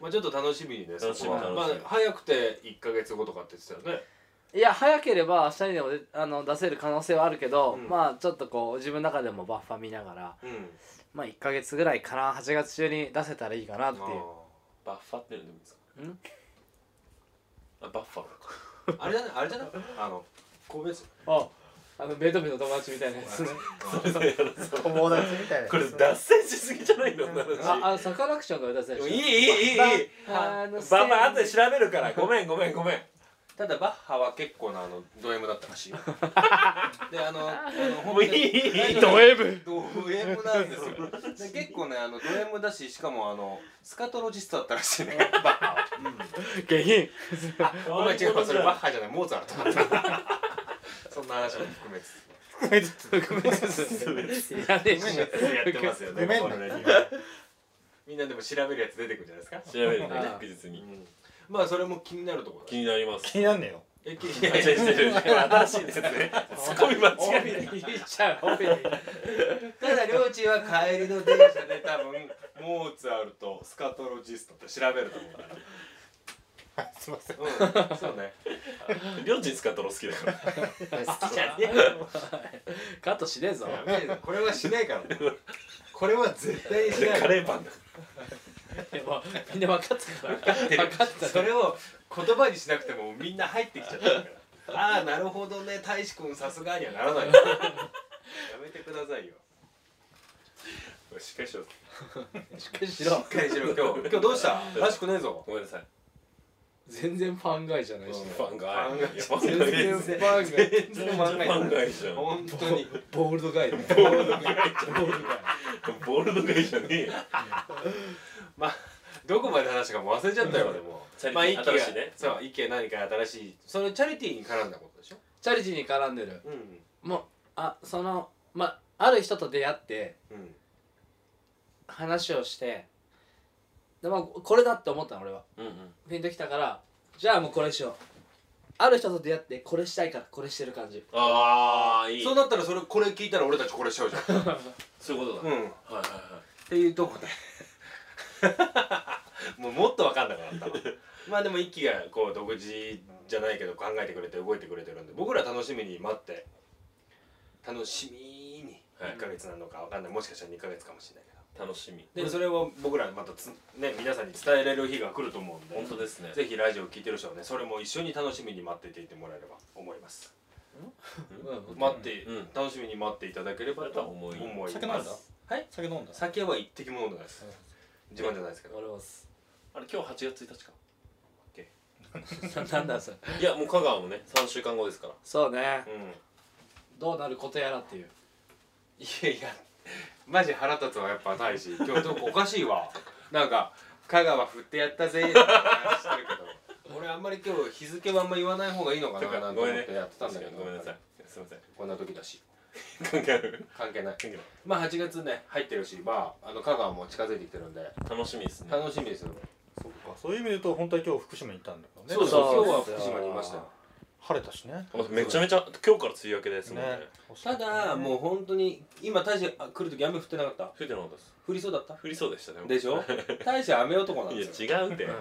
[SPEAKER 2] まあちょっと楽しみにねそこは
[SPEAKER 5] 楽しみ
[SPEAKER 2] まあ
[SPEAKER 5] 楽しみ
[SPEAKER 2] 早くて1か月後とかって言ってたよね
[SPEAKER 3] いや早ければ明日にでもであの出せる可能性はあるけど、
[SPEAKER 2] うん
[SPEAKER 3] まあちょっとこう自分の中でもバッファ見ながら
[SPEAKER 2] うん
[SPEAKER 3] まあ1ヶ月ぐらいかな8月中に出せたらいいかなってい
[SPEAKER 2] あ
[SPEAKER 3] う
[SPEAKER 2] ー
[SPEAKER 5] バッファって言うんですか。
[SPEAKER 3] ん
[SPEAKER 5] あバッファローか。
[SPEAKER 2] あれじゃないあれじゃないあの神戸市
[SPEAKER 3] ああのベートーベンの友達みたいなやつね
[SPEAKER 4] ど友達みたいな
[SPEAKER 5] これ脱線しすぎじゃないの？
[SPEAKER 3] ああのサカナクションが歌ってたでしょ
[SPEAKER 2] いいいいいいいい
[SPEAKER 3] あの
[SPEAKER 5] バッファ後で調べるから。ごめんごめんごめん。
[SPEAKER 2] ただバッハは結構なあのド M だったらしいよであのあの
[SPEAKER 5] もういいいいいい
[SPEAKER 2] ド
[SPEAKER 3] エブ
[SPEAKER 2] ド M なんですよで結構ねあのド M だししかもあのスカトロジストだったらしいねバッハは
[SPEAKER 3] 下品
[SPEAKER 2] お前違うそれバッハじゃないモーツァルトだったそんな話も含めつつ
[SPEAKER 3] いらねえし
[SPEAKER 2] やってますよね
[SPEAKER 4] ごめんね
[SPEAKER 2] このラジオみんなでも調べるやつ出てくるんじゃないですか、
[SPEAKER 5] 調べるね
[SPEAKER 3] あー
[SPEAKER 5] 確実に
[SPEAKER 2] まあそれも気になるところだ
[SPEAKER 5] 気になります
[SPEAKER 4] 気になんねえよ
[SPEAKER 2] え気に
[SPEAKER 5] いや違う違う違う新しいですね ツッコミ間違いない
[SPEAKER 3] いいじゃんオペで
[SPEAKER 2] ただ領地は帰りの電車で多分モーツァルトスカトロジストって調べると思うから
[SPEAKER 4] すいません
[SPEAKER 2] うんそうね
[SPEAKER 5] りょうちん使ったの好きだから
[SPEAKER 2] 好きじゃね
[SPEAKER 3] カットしねえぞ
[SPEAKER 2] えやめえこれはしないからこれは絶対にしない
[SPEAKER 5] カレーパンだ
[SPEAKER 3] でもみんな分かったから分かった
[SPEAKER 2] それを言葉にしなくてもみんな入ってきちゃってるから ああなるほどね大志くんさすがにはならないよやめてくださいよ
[SPEAKER 5] しっかりしろ
[SPEAKER 3] しっかりしろ
[SPEAKER 2] しっかりしろ今日今日どうしたらしくねえぞ
[SPEAKER 5] ごめんなさい
[SPEAKER 3] 全然ファン外じゃないし、ね、
[SPEAKER 5] ファンが
[SPEAKER 2] ファン
[SPEAKER 5] い
[SPEAKER 2] が
[SPEAKER 5] やファン
[SPEAKER 3] 全
[SPEAKER 5] が
[SPEAKER 3] 然ファン外全
[SPEAKER 5] 全然
[SPEAKER 3] 然
[SPEAKER 5] フ
[SPEAKER 3] ファン
[SPEAKER 5] ァン
[SPEAKER 3] 外
[SPEAKER 5] がいいじゃんボ
[SPEAKER 2] 本当に
[SPEAKER 3] ボールドガイね
[SPEAKER 5] ールドがいいじゃんボールドがいいじゃねえよ
[SPEAKER 2] まあどこまで話したかもう忘れちゃったよ俺も
[SPEAKER 5] チャリティー
[SPEAKER 2] まあ一
[SPEAKER 5] 新しいね
[SPEAKER 2] そう一軒何か新しいそのチャリティーに絡んだことでしょ
[SPEAKER 3] チャリティーに絡んでる
[SPEAKER 2] うん
[SPEAKER 3] もうあそのまあある人と出会って
[SPEAKER 2] うん
[SPEAKER 3] 話をしてで、まあ、これだって思ったの俺は
[SPEAKER 5] うんうん
[SPEAKER 3] ピンときたからじゃあもうこれしようある人と出会ってこれしたいからこれしてる感じ
[SPEAKER 5] ああいい
[SPEAKER 2] そうなったらそれこれ聞いたら俺たちこれしちゃうじ ゃん
[SPEAKER 5] そういうこと
[SPEAKER 2] う
[SPEAKER 5] だ、はい
[SPEAKER 2] んっ
[SPEAKER 5] はいは
[SPEAKER 2] ていうとこでもうもっと分かんなくなったわ まあでも一輝がこう独自じゃないけど考えてくれて動いてくれてるんで僕ら楽しみに待って楽しみに
[SPEAKER 5] はい
[SPEAKER 2] 1ヶ月なのか分かんないもしかしたら2ヶ月かもしれないけど
[SPEAKER 5] い楽しみ
[SPEAKER 2] でそれを僕らまたつ、ね、皆さんに伝えられる日が来ると思うんで
[SPEAKER 5] 本当ですね
[SPEAKER 2] ぜひラジオを聞いてる人はねそれも一緒に楽しみに待っていていてもらえれば思います
[SPEAKER 3] うん
[SPEAKER 2] 待って、
[SPEAKER 5] うん
[SPEAKER 2] 楽しみに待っていただければと思い
[SPEAKER 5] うん
[SPEAKER 2] 思います
[SPEAKER 4] 酒飲んだ
[SPEAKER 2] はい
[SPEAKER 4] 酒飲んだ
[SPEAKER 2] 酒は一滴も飲んでないです自慢じゃないですけど
[SPEAKER 3] 俺はす
[SPEAKER 5] あれ今日8月1日か
[SPEAKER 3] ななん だそれ
[SPEAKER 5] いやもう香川もね3週間後ですから
[SPEAKER 3] そうね
[SPEAKER 2] うん
[SPEAKER 3] どうなることやらっていう
[SPEAKER 2] いやいやマジ腹立つわやっぱ大 使今日どこおかしい わなんか香川振ってや ったぜって話してるけど俺あんまり今日日付はあんま言わない方がいいのか
[SPEAKER 5] と
[SPEAKER 2] な
[SPEAKER 5] か
[SPEAKER 2] なんて
[SPEAKER 5] ご
[SPEAKER 2] 思
[SPEAKER 5] め
[SPEAKER 2] っ
[SPEAKER 5] ん
[SPEAKER 2] て
[SPEAKER 5] ね
[SPEAKER 2] やってたんだけど
[SPEAKER 5] ごめんなさいすいません
[SPEAKER 2] こんな時だし
[SPEAKER 5] 関係ある
[SPEAKER 2] 関係ない
[SPEAKER 5] 関係ない
[SPEAKER 2] まあ8月ね入ってるしまああの香川も近づいてきてるんで
[SPEAKER 5] 楽しみですね
[SPEAKER 2] 楽しみですよ
[SPEAKER 4] そうかそういう意味で言うと本当は今日福島にいたんだけどね
[SPEAKER 2] そうそう
[SPEAKER 3] そう
[SPEAKER 2] 今日は福島にいましたよ
[SPEAKER 4] 晴れたしね
[SPEAKER 5] めちゃめちゃ今日から梅雨明けですもんね
[SPEAKER 4] ね
[SPEAKER 2] ただもう本当に今大使あ来る時雨降ってなかった
[SPEAKER 5] 降ってなかったです
[SPEAKER 2] 降りそうだった
[SPEAKER 5] 降りそうでしたね
[SPEAKER 2] でし ょ大使雨男なん
[SPEAKER 5] い
[SPEAKER 2] ですよ
[SPEAKER 5] や違うって、
[SPEAKER 3] うんや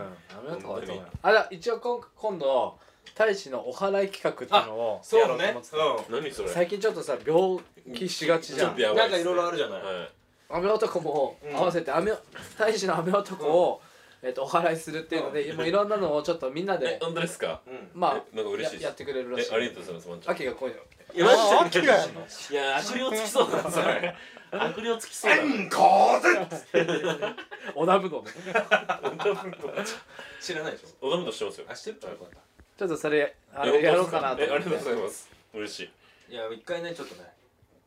[SPEAKER 3] めようとか
[SPEAKER 5] 本当に
[SPEAKER 3] あら一応今今度大使のお祓い企画っていうのをやろうと思ってた
[SPEAKER 5] 何それ
[SPEAKER 3] 最近ちょっとさ病気しがちじゃ
[SPEAKER 5] ちょっ
[SPEAKER 3] ん
[SPEAKER 5] とやばいっ
[SPEAKER 2] な
[SPEAKER 5] すね
[SPEAKER 2] んか色々あるじゃない
[SPEAKER 5] はい
[SPEAKER 3] 雨男も合わせて雨大使の雨男を、えっとお祓いするっていうので、もういろんなのをちょっとみんな
[SPEAKER 5] え
[SPEAKER 3] で
[SPEAKER 5] 本当ですか
[SPEAKER 2] うんうん
[SPEAKER 3] まあ
[SPEAKER 5] えなんか嬉
[SPEAKER 3] や
[SPEAKER 5] しいです
[SPEAKER 3] やってくれるらし
[SPEAKER 5] え
[SPEAKER 3] い
[SPEAKER 5] ありがとうございますワンちゃん
[SPEAKER 3] 秋が今夜
[SPEAKER 2] いやマジで
[SPEAKER 4] あ秋がやんの
[SPEAKER 5] いや悪霊つきそうだなそれ悪霊つきそうだな
[SPEAKER 3] 織田武道ね
[SPEAKER 2] 知らないでしょ
[SPEAKER 5] おだめとしてますよ
[SPEAKER 2] あしてるからよかった
[SPEAKER 3] ちょっとそれあ
[SPEAKER 5] え
[SPEAKER 3] れやろうかなと
[SPEAKER 5] え
[SPEAKER 3] 思
[SPEAKER 5] あ
[SPEAKER 3] っ
[SPEAKER 5] り
[SPEAKER 3] て
[SPEAKER 5] がとうございます嬉しい
[SPEAKER 2] いや一回ねちょっとね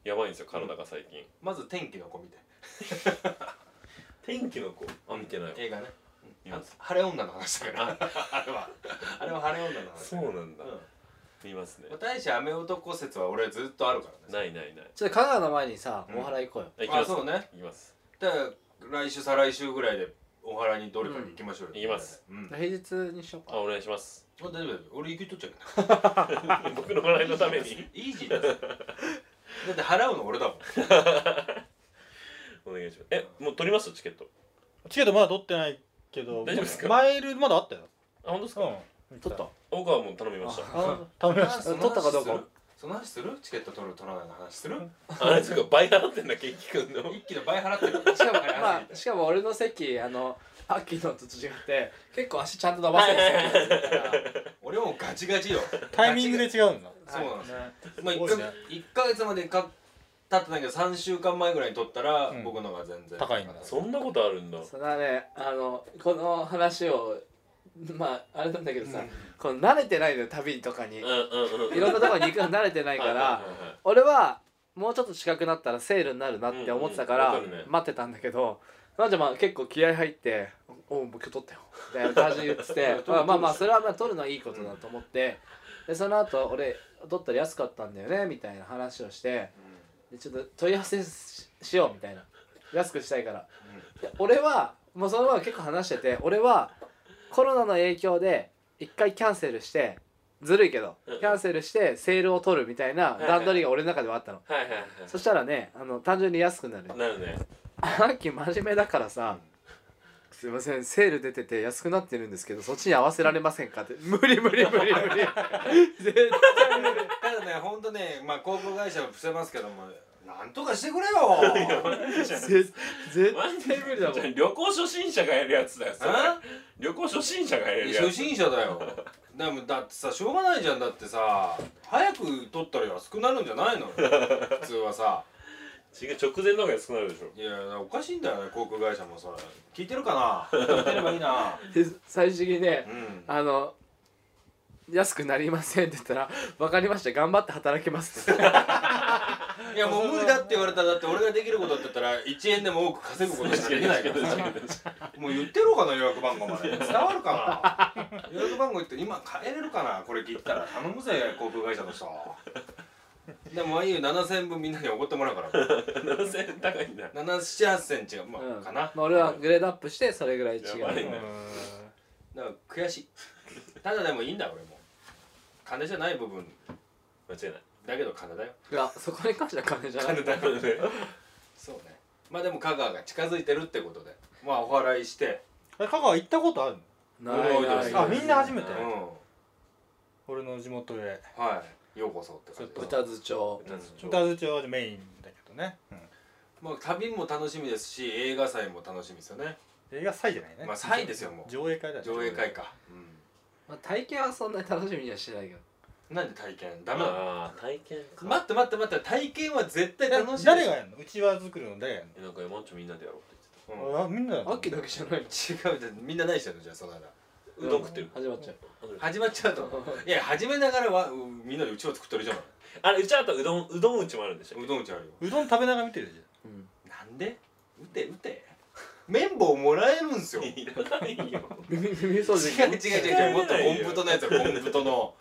[SPEAKER 5] やばいんですよ体が最近
[SPEAKER 2] まず天気の子見て
[SPEAKER 5] 天気の子あ見てない
[SPEAKER 2] 映画ね
[SPEAKER 5] 見
[SPEAKER 2] あ
[SPEAKER 5] ます
[SPEAKER 2] 晴れ女の話だから あれはあれは晴れ女の話
[SPEAKER 5] そうなんだ見ますね
[SPEAKER 2] うん大使雨男説は俺ずっとあるからね
[SPEAKER 5] ないないない
[SPEAKER 3] ちょっと香川の前にさ
[SPEAKER 2] うん
[SPEAKER 3] お祓い行こうよ、
[SPEAKER 5] あ行きま
[SPEAKER 2] あ
[SPEAKER 5] す
[SPEAKER 2] そうね
[SPEAKER 5] 行きます
[SPEAKER 2] だから来週再来週ぐらいでお祓いにどれかに行きましょうよ
[SPEAKER 5] うん行きます
[SPEAKER 2] うんあ
[SPEAKER 3] 平日にしよう
[SPEAKER 5] あ
[SPEAKER 3] か
[SPEAKER 5] お願いします
[SPEAKER 2] 大丈夫大丈夫俺行き取っちゃうから
[SPEAKER 5] 僕の笑いの ために
[SPEAKER 2] イージーだよだって払うの俺だもん
[SPEAKER 5] お願いしますえもう取りますチケット
[SPEAKER 4] チケットまだ取ってないけど
[SPEAKER 5] 大丈夫ですか
[SPEAKER 4] マイルまだあったよ
[SPEAKER 5] あ本当ですか
[SPEAKER 4] うん
[SPEAKER 3] 取った
[SPEAKER 5] 僕はもう頼みました
[SPEAKER 4] あ頼みました
[SPEAKER 2] その話
[SPEAKER 3] 取ったかどうか
[SPEAKER 2] するその話するチケット取る取らないの話する
[SPEAKER 5] あれとか倍払ってんだケーキくんの
[SPEAKER 2] 一気の倍払ってる
[SPEAKER 3] しかも、
[SPEAKER 2] あれ
[SPEAKER 3] ま
[SPEAKER 2] あれ
[SPEAKER 3] あ、しかも俺の席あの秋のと違って結構足ちゃんと伸ばせる席だから
[SPEAKER 2] 俺もうガチガチよ
[SPEAKER 4] タイミングで違うんだ
[SPEAKER 2] そうなんですよまあ
[SPEAKER 4] すご
[SPEAKER 2] 1
[SPEAKER 4] いね
[SPEAKER 2] か一ヶ月までか経ってないけど3週間前ぐらいに取ったら
[SPEAKER 4] うん
[SPEAKER 2] 僕のが全然
[SPEAKER 4] 高いんだ
[SPEAKER 5] そんなことあるんだ
[SPEAKER 3] それはねあのこの話をまああれなんだけどさ、この慣れてないのよ旅とかに、
[SPEAKER 5] うんうんうん
[SPEAKER 3] いろんなところに行くの慣れてないから、
[SPEAKER 5] はいはいはいはい
[SPEAKER 3] 俺はもうちょっと近くなったらセールになるなって思ってたから、
[SPEAKER 5] うんうんわかるね
[SPEAKER 3] 待ってたんだけどまあじゃあまあ結構気合入って「おお今日取ったよ」みたいな感じで言っててまあまあまあそれはまあ取るのはいいことだと思って、でその後俺取ったら安かったんだよねみたいな話をしてでちょっと問い合わせししようみたいな安くしたいから、いや俺はもうそのまま結構話してて俺はコロナの影響で一回キャンセルしてずるいけど
[SPEAKER 5] うんうん
[SPEAKER 3] キャンセルしてセールを取るみたいな段取りが俺の中ではあったの、
[SPEAKER 5] はいはいはい
[SPEAKER 3] そしたらねあの単純に安くなるよ
[SPEAKER 5] なるね
[SPEAKER 3] あき真面目だからさ「すいませんセール出てて安くなってるんですけどそっちに合わせられませんか?」って「無理無理無理無 理」絶対
[SPEAKER 2] ただねほんとねまあ航空会社は伏せますけどもなんとかしてくれよ
[SPEAKER 3] 絶絶対無理だも
[SPEAKER 5] じゃあ
[SPEAKER 3] ん
[SPEAKER 5] 旅行初心者がやるやつだよそれ
[SPEAKER 2] あ
[SPEAKER 5] 旅行初心者がやる
[SPEAKER 2] い
[SPEAKER 5] や
[SPEAKER 2] や
[SPEAKER 5] つ
[SPEAKER 2] 初心者だよでもだってさしょうがないじゃんだってさ早く取ったら安くなるんじゃないの普通はさ
[SPEAKER 5] 違う直前の方が安くなるでしょ
[SPEAKER 2] いやおかしいんだよね航空会社もそれ聞いてるかな聞いてればいいな
[SPEAKER 3] で最終的にね
[SPEAKER 2] うん
[SPEAKER 3] あの安くなりませんって言ったら「分かりました頑張って働きます」って
[SPEAKER 2] いやもう無理だって言われたらだって俺ができることって言ったら1円でも多く稼ぐことしかできないからさ もう言ってやろうかな予約番号まで伝わるかな予約番号言って今変えれるかなこれ聞いたら頼むぜ航空会社の人でもああいう7000円分みんなに怒ってもらうから
[SPEAKER 5] 7000円高いんだよ
[SPEAKER 2] 778千違うまあ、
[SPEAKER 3] うん
[SPEAKER 2] かな
[SPEAKER 3] まあ俺はグレードアップしてそれぐらい違
[SPEAKER 5] やばいね
[SPEAKER 3] う
[SPEAKER 2] だから悔しいただでもいいんだ俺も金じゃない部分
[SPEAKER 5] 間違いない
[SPEAKER 2] だけど金だよ
[SPEAKER 3] いやそこに関しては金じゃない
[SPEAKER 2] 金だよねそうねまあでも香川が近づいてるってことでまあお祓いして
[SPEAKER 4] え香川行ったことある
[SPEAKER 3] ないない
[SPEAKER 4] あみんな初め
[SPEAKER 2] う
[SPEAKER 4] て
[SPEAKER 2] ん
[SPEAKER 4] 俺の地元で
[SPEAKER 2] はいようこそって感じ
[SPEAKER 4] ちょっと
[SPEAKER 3] 歌津町
[SPEAKER 4] 歌津町でメインだけどね、う
[SPEAKER 2] まあ、旅も楽しみですし映画祭も楽しみですよね
[SPEAKER 4] ん、映画祭じゃないね、
[SPEAKER 2] まあ祭ですよもう
[SPEAKER 4] 上映会だよ
[SPEAKER 2] 上映会か、う
[SPEAKER 3] まあ、体験はそんなに楽しみにはしてないけど
[SPEAKER 2] ん、なんで体験ダメなの
[SPEAKER 5] ああ体験か
[SPEAKER 2] 待って待って待って体験は絶対
[SPEAKER 4] だ
[SPEAKER 2] 楽しい
[SPEAKER 4] 誰がやるのうちわ作るの誰がやる
[SPEAKER 5] えなんか山んちょみんなでやろうって
[SPEAKER 2] うん
[SPEAKER 4] の、あみんなだ
[SPEAKER 3] 秋だけじゃないの
[SPEAKER 2] 違うじゃんみんな何してんのじゃあその間
[SPEAKER 5] 言ってたうどん食ってる
[SPEAKER 3] 始まっちゃう
[SPEAKER 2] 始まっちゃうと いや始めながらはうみんなでうちわ作ってるじゃない
[SPEAKER 5] あれうちあとうどんうどんうちもあるんでしょ
[SPEAKER 2] うどんうちあるよ
[SPEAKER 4] うどん食べながら見てるじゃ
[SPEAKER 3] うん
[SPEAKER 2] なんで打て打て綿棒もらえるんすよ違う
[SPEAKER 5] いらないよ
[SPEAKER 3] 耳耳掃
[SPEAKER 2] 違う
[SPEAKER 3] 除
[SPEAKER 2] 違う違うもっとコンプトのやつはコンプトの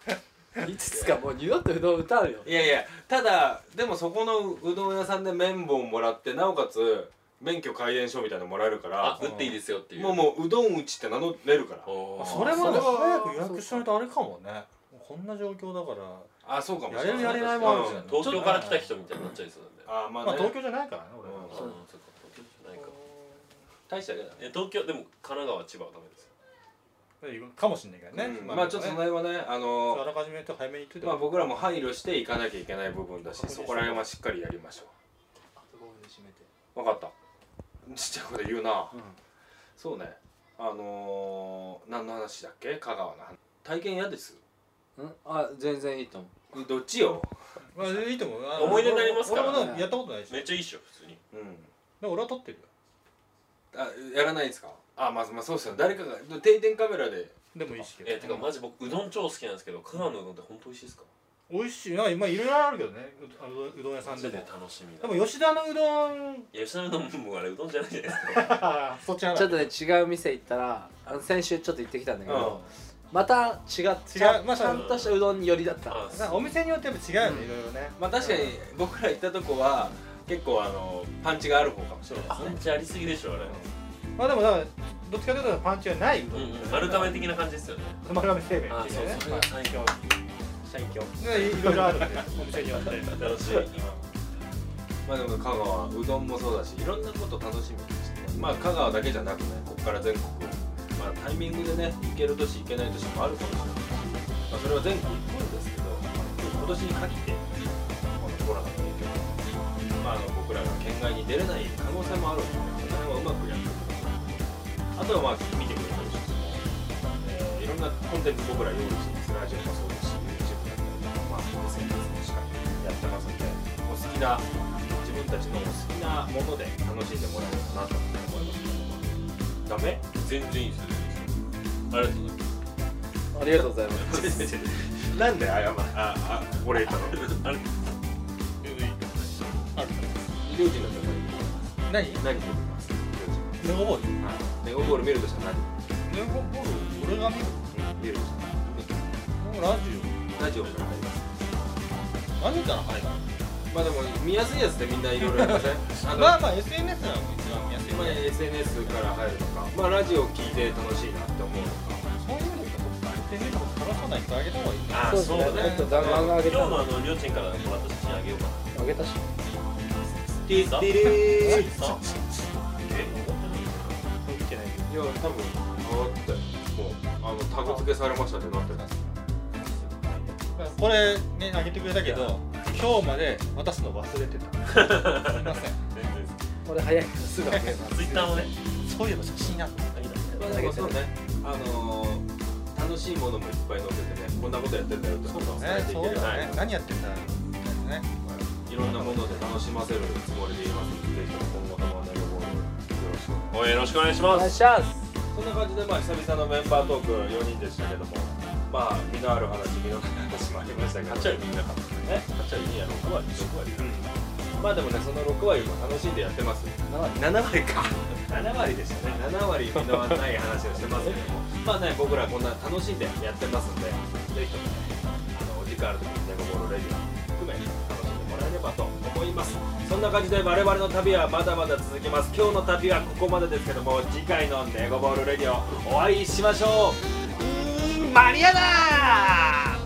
[SPEAKER 3] いつつかもう二度とうどん歌うよ
[SPEAKER 2] いやいやただでもそこのうどん屋さんで綿棒もらってなおかつ免許改善証みたいなのもらえるから
[SPEAKER 5] あ打っていいですよっていう
[SPEAKER 2] もうもううどん打ちって名乗れるから
[SPEAKER 5] お
[SPEAKER 4] ん
[SPEAKER 5] ー
[SPEAKER 4] それも
[SPEAKER 3] それ
[SPEAKER 4] ね
[SPEAKER 3] は
[SPEAKER 4] 早く予約しないとあれかもねもうこんな状況だから
[SPEAKER 2] あそうかもしれない
[SPEAKER 4] やれるやれないもあるじゃん
[SPEAKER 2] う
[SPEAKER 5] 東京から来た人みたいになっちゃいそうなんだよ
[SPEAKER 2] あまあ、ね
[SPEAKER 4] まあ東京じゃないからね俺
[SPEAKER 5] あー
[SPEAKER 4] は
[SPEAKER 5] そっか東京じゃないか
[SPEAKER 2] 大しただけだね
[SPEAKER 5] え東京でも神奈川千葉はダメですよ
[SPEAKER 4] かもしんないからね、
[SPEAKER 2] うんまあちょっとその辺はねあ
[SPEAKER 4] あ
[SPEAKER 2] の
[SPEAKER 4] らかじめちょっと早めに言っといて
[SPEAKER 2] まあ僕らも配慮していかなきゃいけない部分だしそこら辺はしっかりやりましょう分かったちっちゃいこと言うな、
[SPEAKER 3] うん
[SPEAKER 2] そうねあのー、何の話だっけ香川の話体験嫌です
[SPEAKER 3] うんあ全然いいと思う
[SPEAKER 2] どっちよ
[SPEAKER 4] まあいいと思うあの
[SPEAKER 5] 思い出になりますから
[SPEAKER 4] 俺も俺もやったことないし
[SPEAKER 5] めっちゃいいっしょ普通に
[SPEAKER 2] うん
[SPEAKER 4] でも俺は撮ってるよ
[SPEAKER 2] あやらないんですかあまあまあそうですよね誰かが定点カメラで
[SPEAKER 4] でもいいしけど
[SPEAKER 5] えてかマジ僕うどん超好きなんですけど香川のうどんって本当美味しいですか
[SPEAKER 4] 美味しいなんか今いろいろあるけどねうあのうどん屋さ
[SPEAKER 5] マ
[SPEAKER 4] ん
[SPEAKER 5] ジ
[SPEAKER 4] で
[SPEAKER 5] で
[SPEAKER 4] も
[SPEAKER 5] 楽しみだ
[SPEAKER 4] でも吉田のうど ん
[SPEAKER 5] いや吉田のうどんもあれうどんじゃないじゃないですか
[SPEAKER 4] そっちな
[SPEAKER 3] ちょっとね違う店行ったらあの先週ちょっと行ってきたんだけど、また違っち
[SPEAKER 4] 違
[SPEAKER 3] ゃ
[SPEAKER 4] うまあ
[SPEAKER 3] ちゃんとしたうどん寄りだった
[SPEAKER 5] あ
[SPEAKER 4] お店によってやっぱ違うよねいろいろね
[SPEAKER 2] まあ確かに僕ら行ったとこは結構あのパンチがある方かもしれない
[SPEAKER 5] パンチありすぎでしょあれ
[SPEAKER 4] まあでもだからどっちかというとパンチがないうど
[SPEAKER 5] うん
[SPEAKER 4] ん
[SPEAKER 5] うん丸亀的な感じですよね
[SPEAKER 4] 丸亀製麺
[SPEAKER 5] あー
[SPEAKER 4] って
[SPEAKER 5] そ
[SPEAKER 4] いう
[SPEAKER 5] う
[SPEAKER 4] ね
[SPEAKER 5] それが最強
[SPEAKER 2] 最強
[SPEAKER 4] でいろいろあるんでお店によって
[SPEAKER 5] 楽しい
[SPEAKER 2] まあでも香川うどんもそうだしいろんなこと楽しみにしてまあ香川だけじゃなくねここから全国まあタイミングでね行ける年行けない年もあるかもしれない、まあ、それは全国行くんですけど今年に限ってこのコロナの影響で、まあ、あの僕らが県外に出れない可能性もあるのでその辺はうまくやってくださいあとはまあ見てくれたりしても、えーいろんなコンテンツ僕ら用意してますラジオもそうですし YouTube だったりとかまあこの生活もしかやってますんでお好きな自分たちのお好きなもので楽しんでもらえればなと思いますダメ
[SPEAKER 5] 全然いい ですよ全然いいですありがとうございます
[SPEAKER 3] ありがとうございます
[SPEAKER 2] なんで謝るああ俺言ったの医療人の
[SPEAKER 4] 何
[SPEAKER 2] 何見てます
[SPEAKER 4] ネゴボール
[SPEAKER 2] ネゴボール見るとしたら
[SPEAKER 4] ネゴボール俺が見る
[SPEAKER 2] 何見るとした
[SPEAKER 4] ラジ
[SPEAKER 2] らラジオから入ります
[SPEAKER 4] オラジオから入る
[SPEAKER 2] まあでも見やすいやつでみんないろいろやり ませんあの
[SPEAKER 4] まあまあ SNS は一番見やすい
[SPEAKER 2] まあ SNS から入るとかまあラジオ聞いて楽しいなって思うのか
[SPEAKER 4] そういうのとか相手見たこと楽しそうな人あげた方がいいね
[SPEAKER 5] あ
[SPEAKER 3] そうですねちょっと弾丸が上げ
[SPEAKER 5] 今日
[SPEAKER 3] た
[SPEAKER 5] のあのりょうちんからもらった写真あげようかな
[SPEAKER 3] 上げたし
[SPEAKER 5] ティーザティリーザえ
[SPEAKER 4] 見てないけど
[SPEAKER 2] いや多分あってもうあのタグ付けされましたってなってます
[SPEAKER 4] これねあげてくれたけど今日まで渡すの忘れて たすいません
[SPEAKER 5] 全然です
[SPEAKER 3] 俺早いからすぐ上げます
[SPEAKER 5] ツイッターもね
[SPEAKER 4] そういえば写真あった
[SPEAKER 5] ありがとう
[SPEAKER 2] まあでもそうねあのー、楽しいものもいっぱい載せてねこんなことやってんだよってことを伝え
[SPEAKER 4] ね
[SPEAKER 2] ていけ
[SPEAKER 4] そう
[SPEAKER 2] る
[SPEAKER 4] だ
[SPEAKER 2] は
[SPEAKER 4] ね、
[SPEAKER 2] い
[SPEAKER 4] 何やってんだろうみたいなね
[SPEAKER 2] いろんなもので楽しませるつもりでいますのでぜひとも今後ともネゴボールよろしくお願いします
[SPEAKER 5] 応援よろしくお願いします
[SPEAKER 3] します
[SPEAKER 2] そんな感じでまあ久々のメンバートーク4人でしたけどもまあ身のある話身のない話もありましたけど
[SPEAKER 5] 8割みんなかった
[SPEAKER 2] ね8割には6割6割、まあでもねその6割も楽しんでやってます7割か7割でしたね7割身のない話をしてますけどもまあね僕らこんな楽しんでやってますんでぜひともねあのお時間ある時にネゴボールレディオ含め楽しんでもらえればと思いますそんな感じで我々の旅はまだまだ続きます今日の旅はここまでですけども次回のネゴボールレディオお会いしましょううーんマリアだー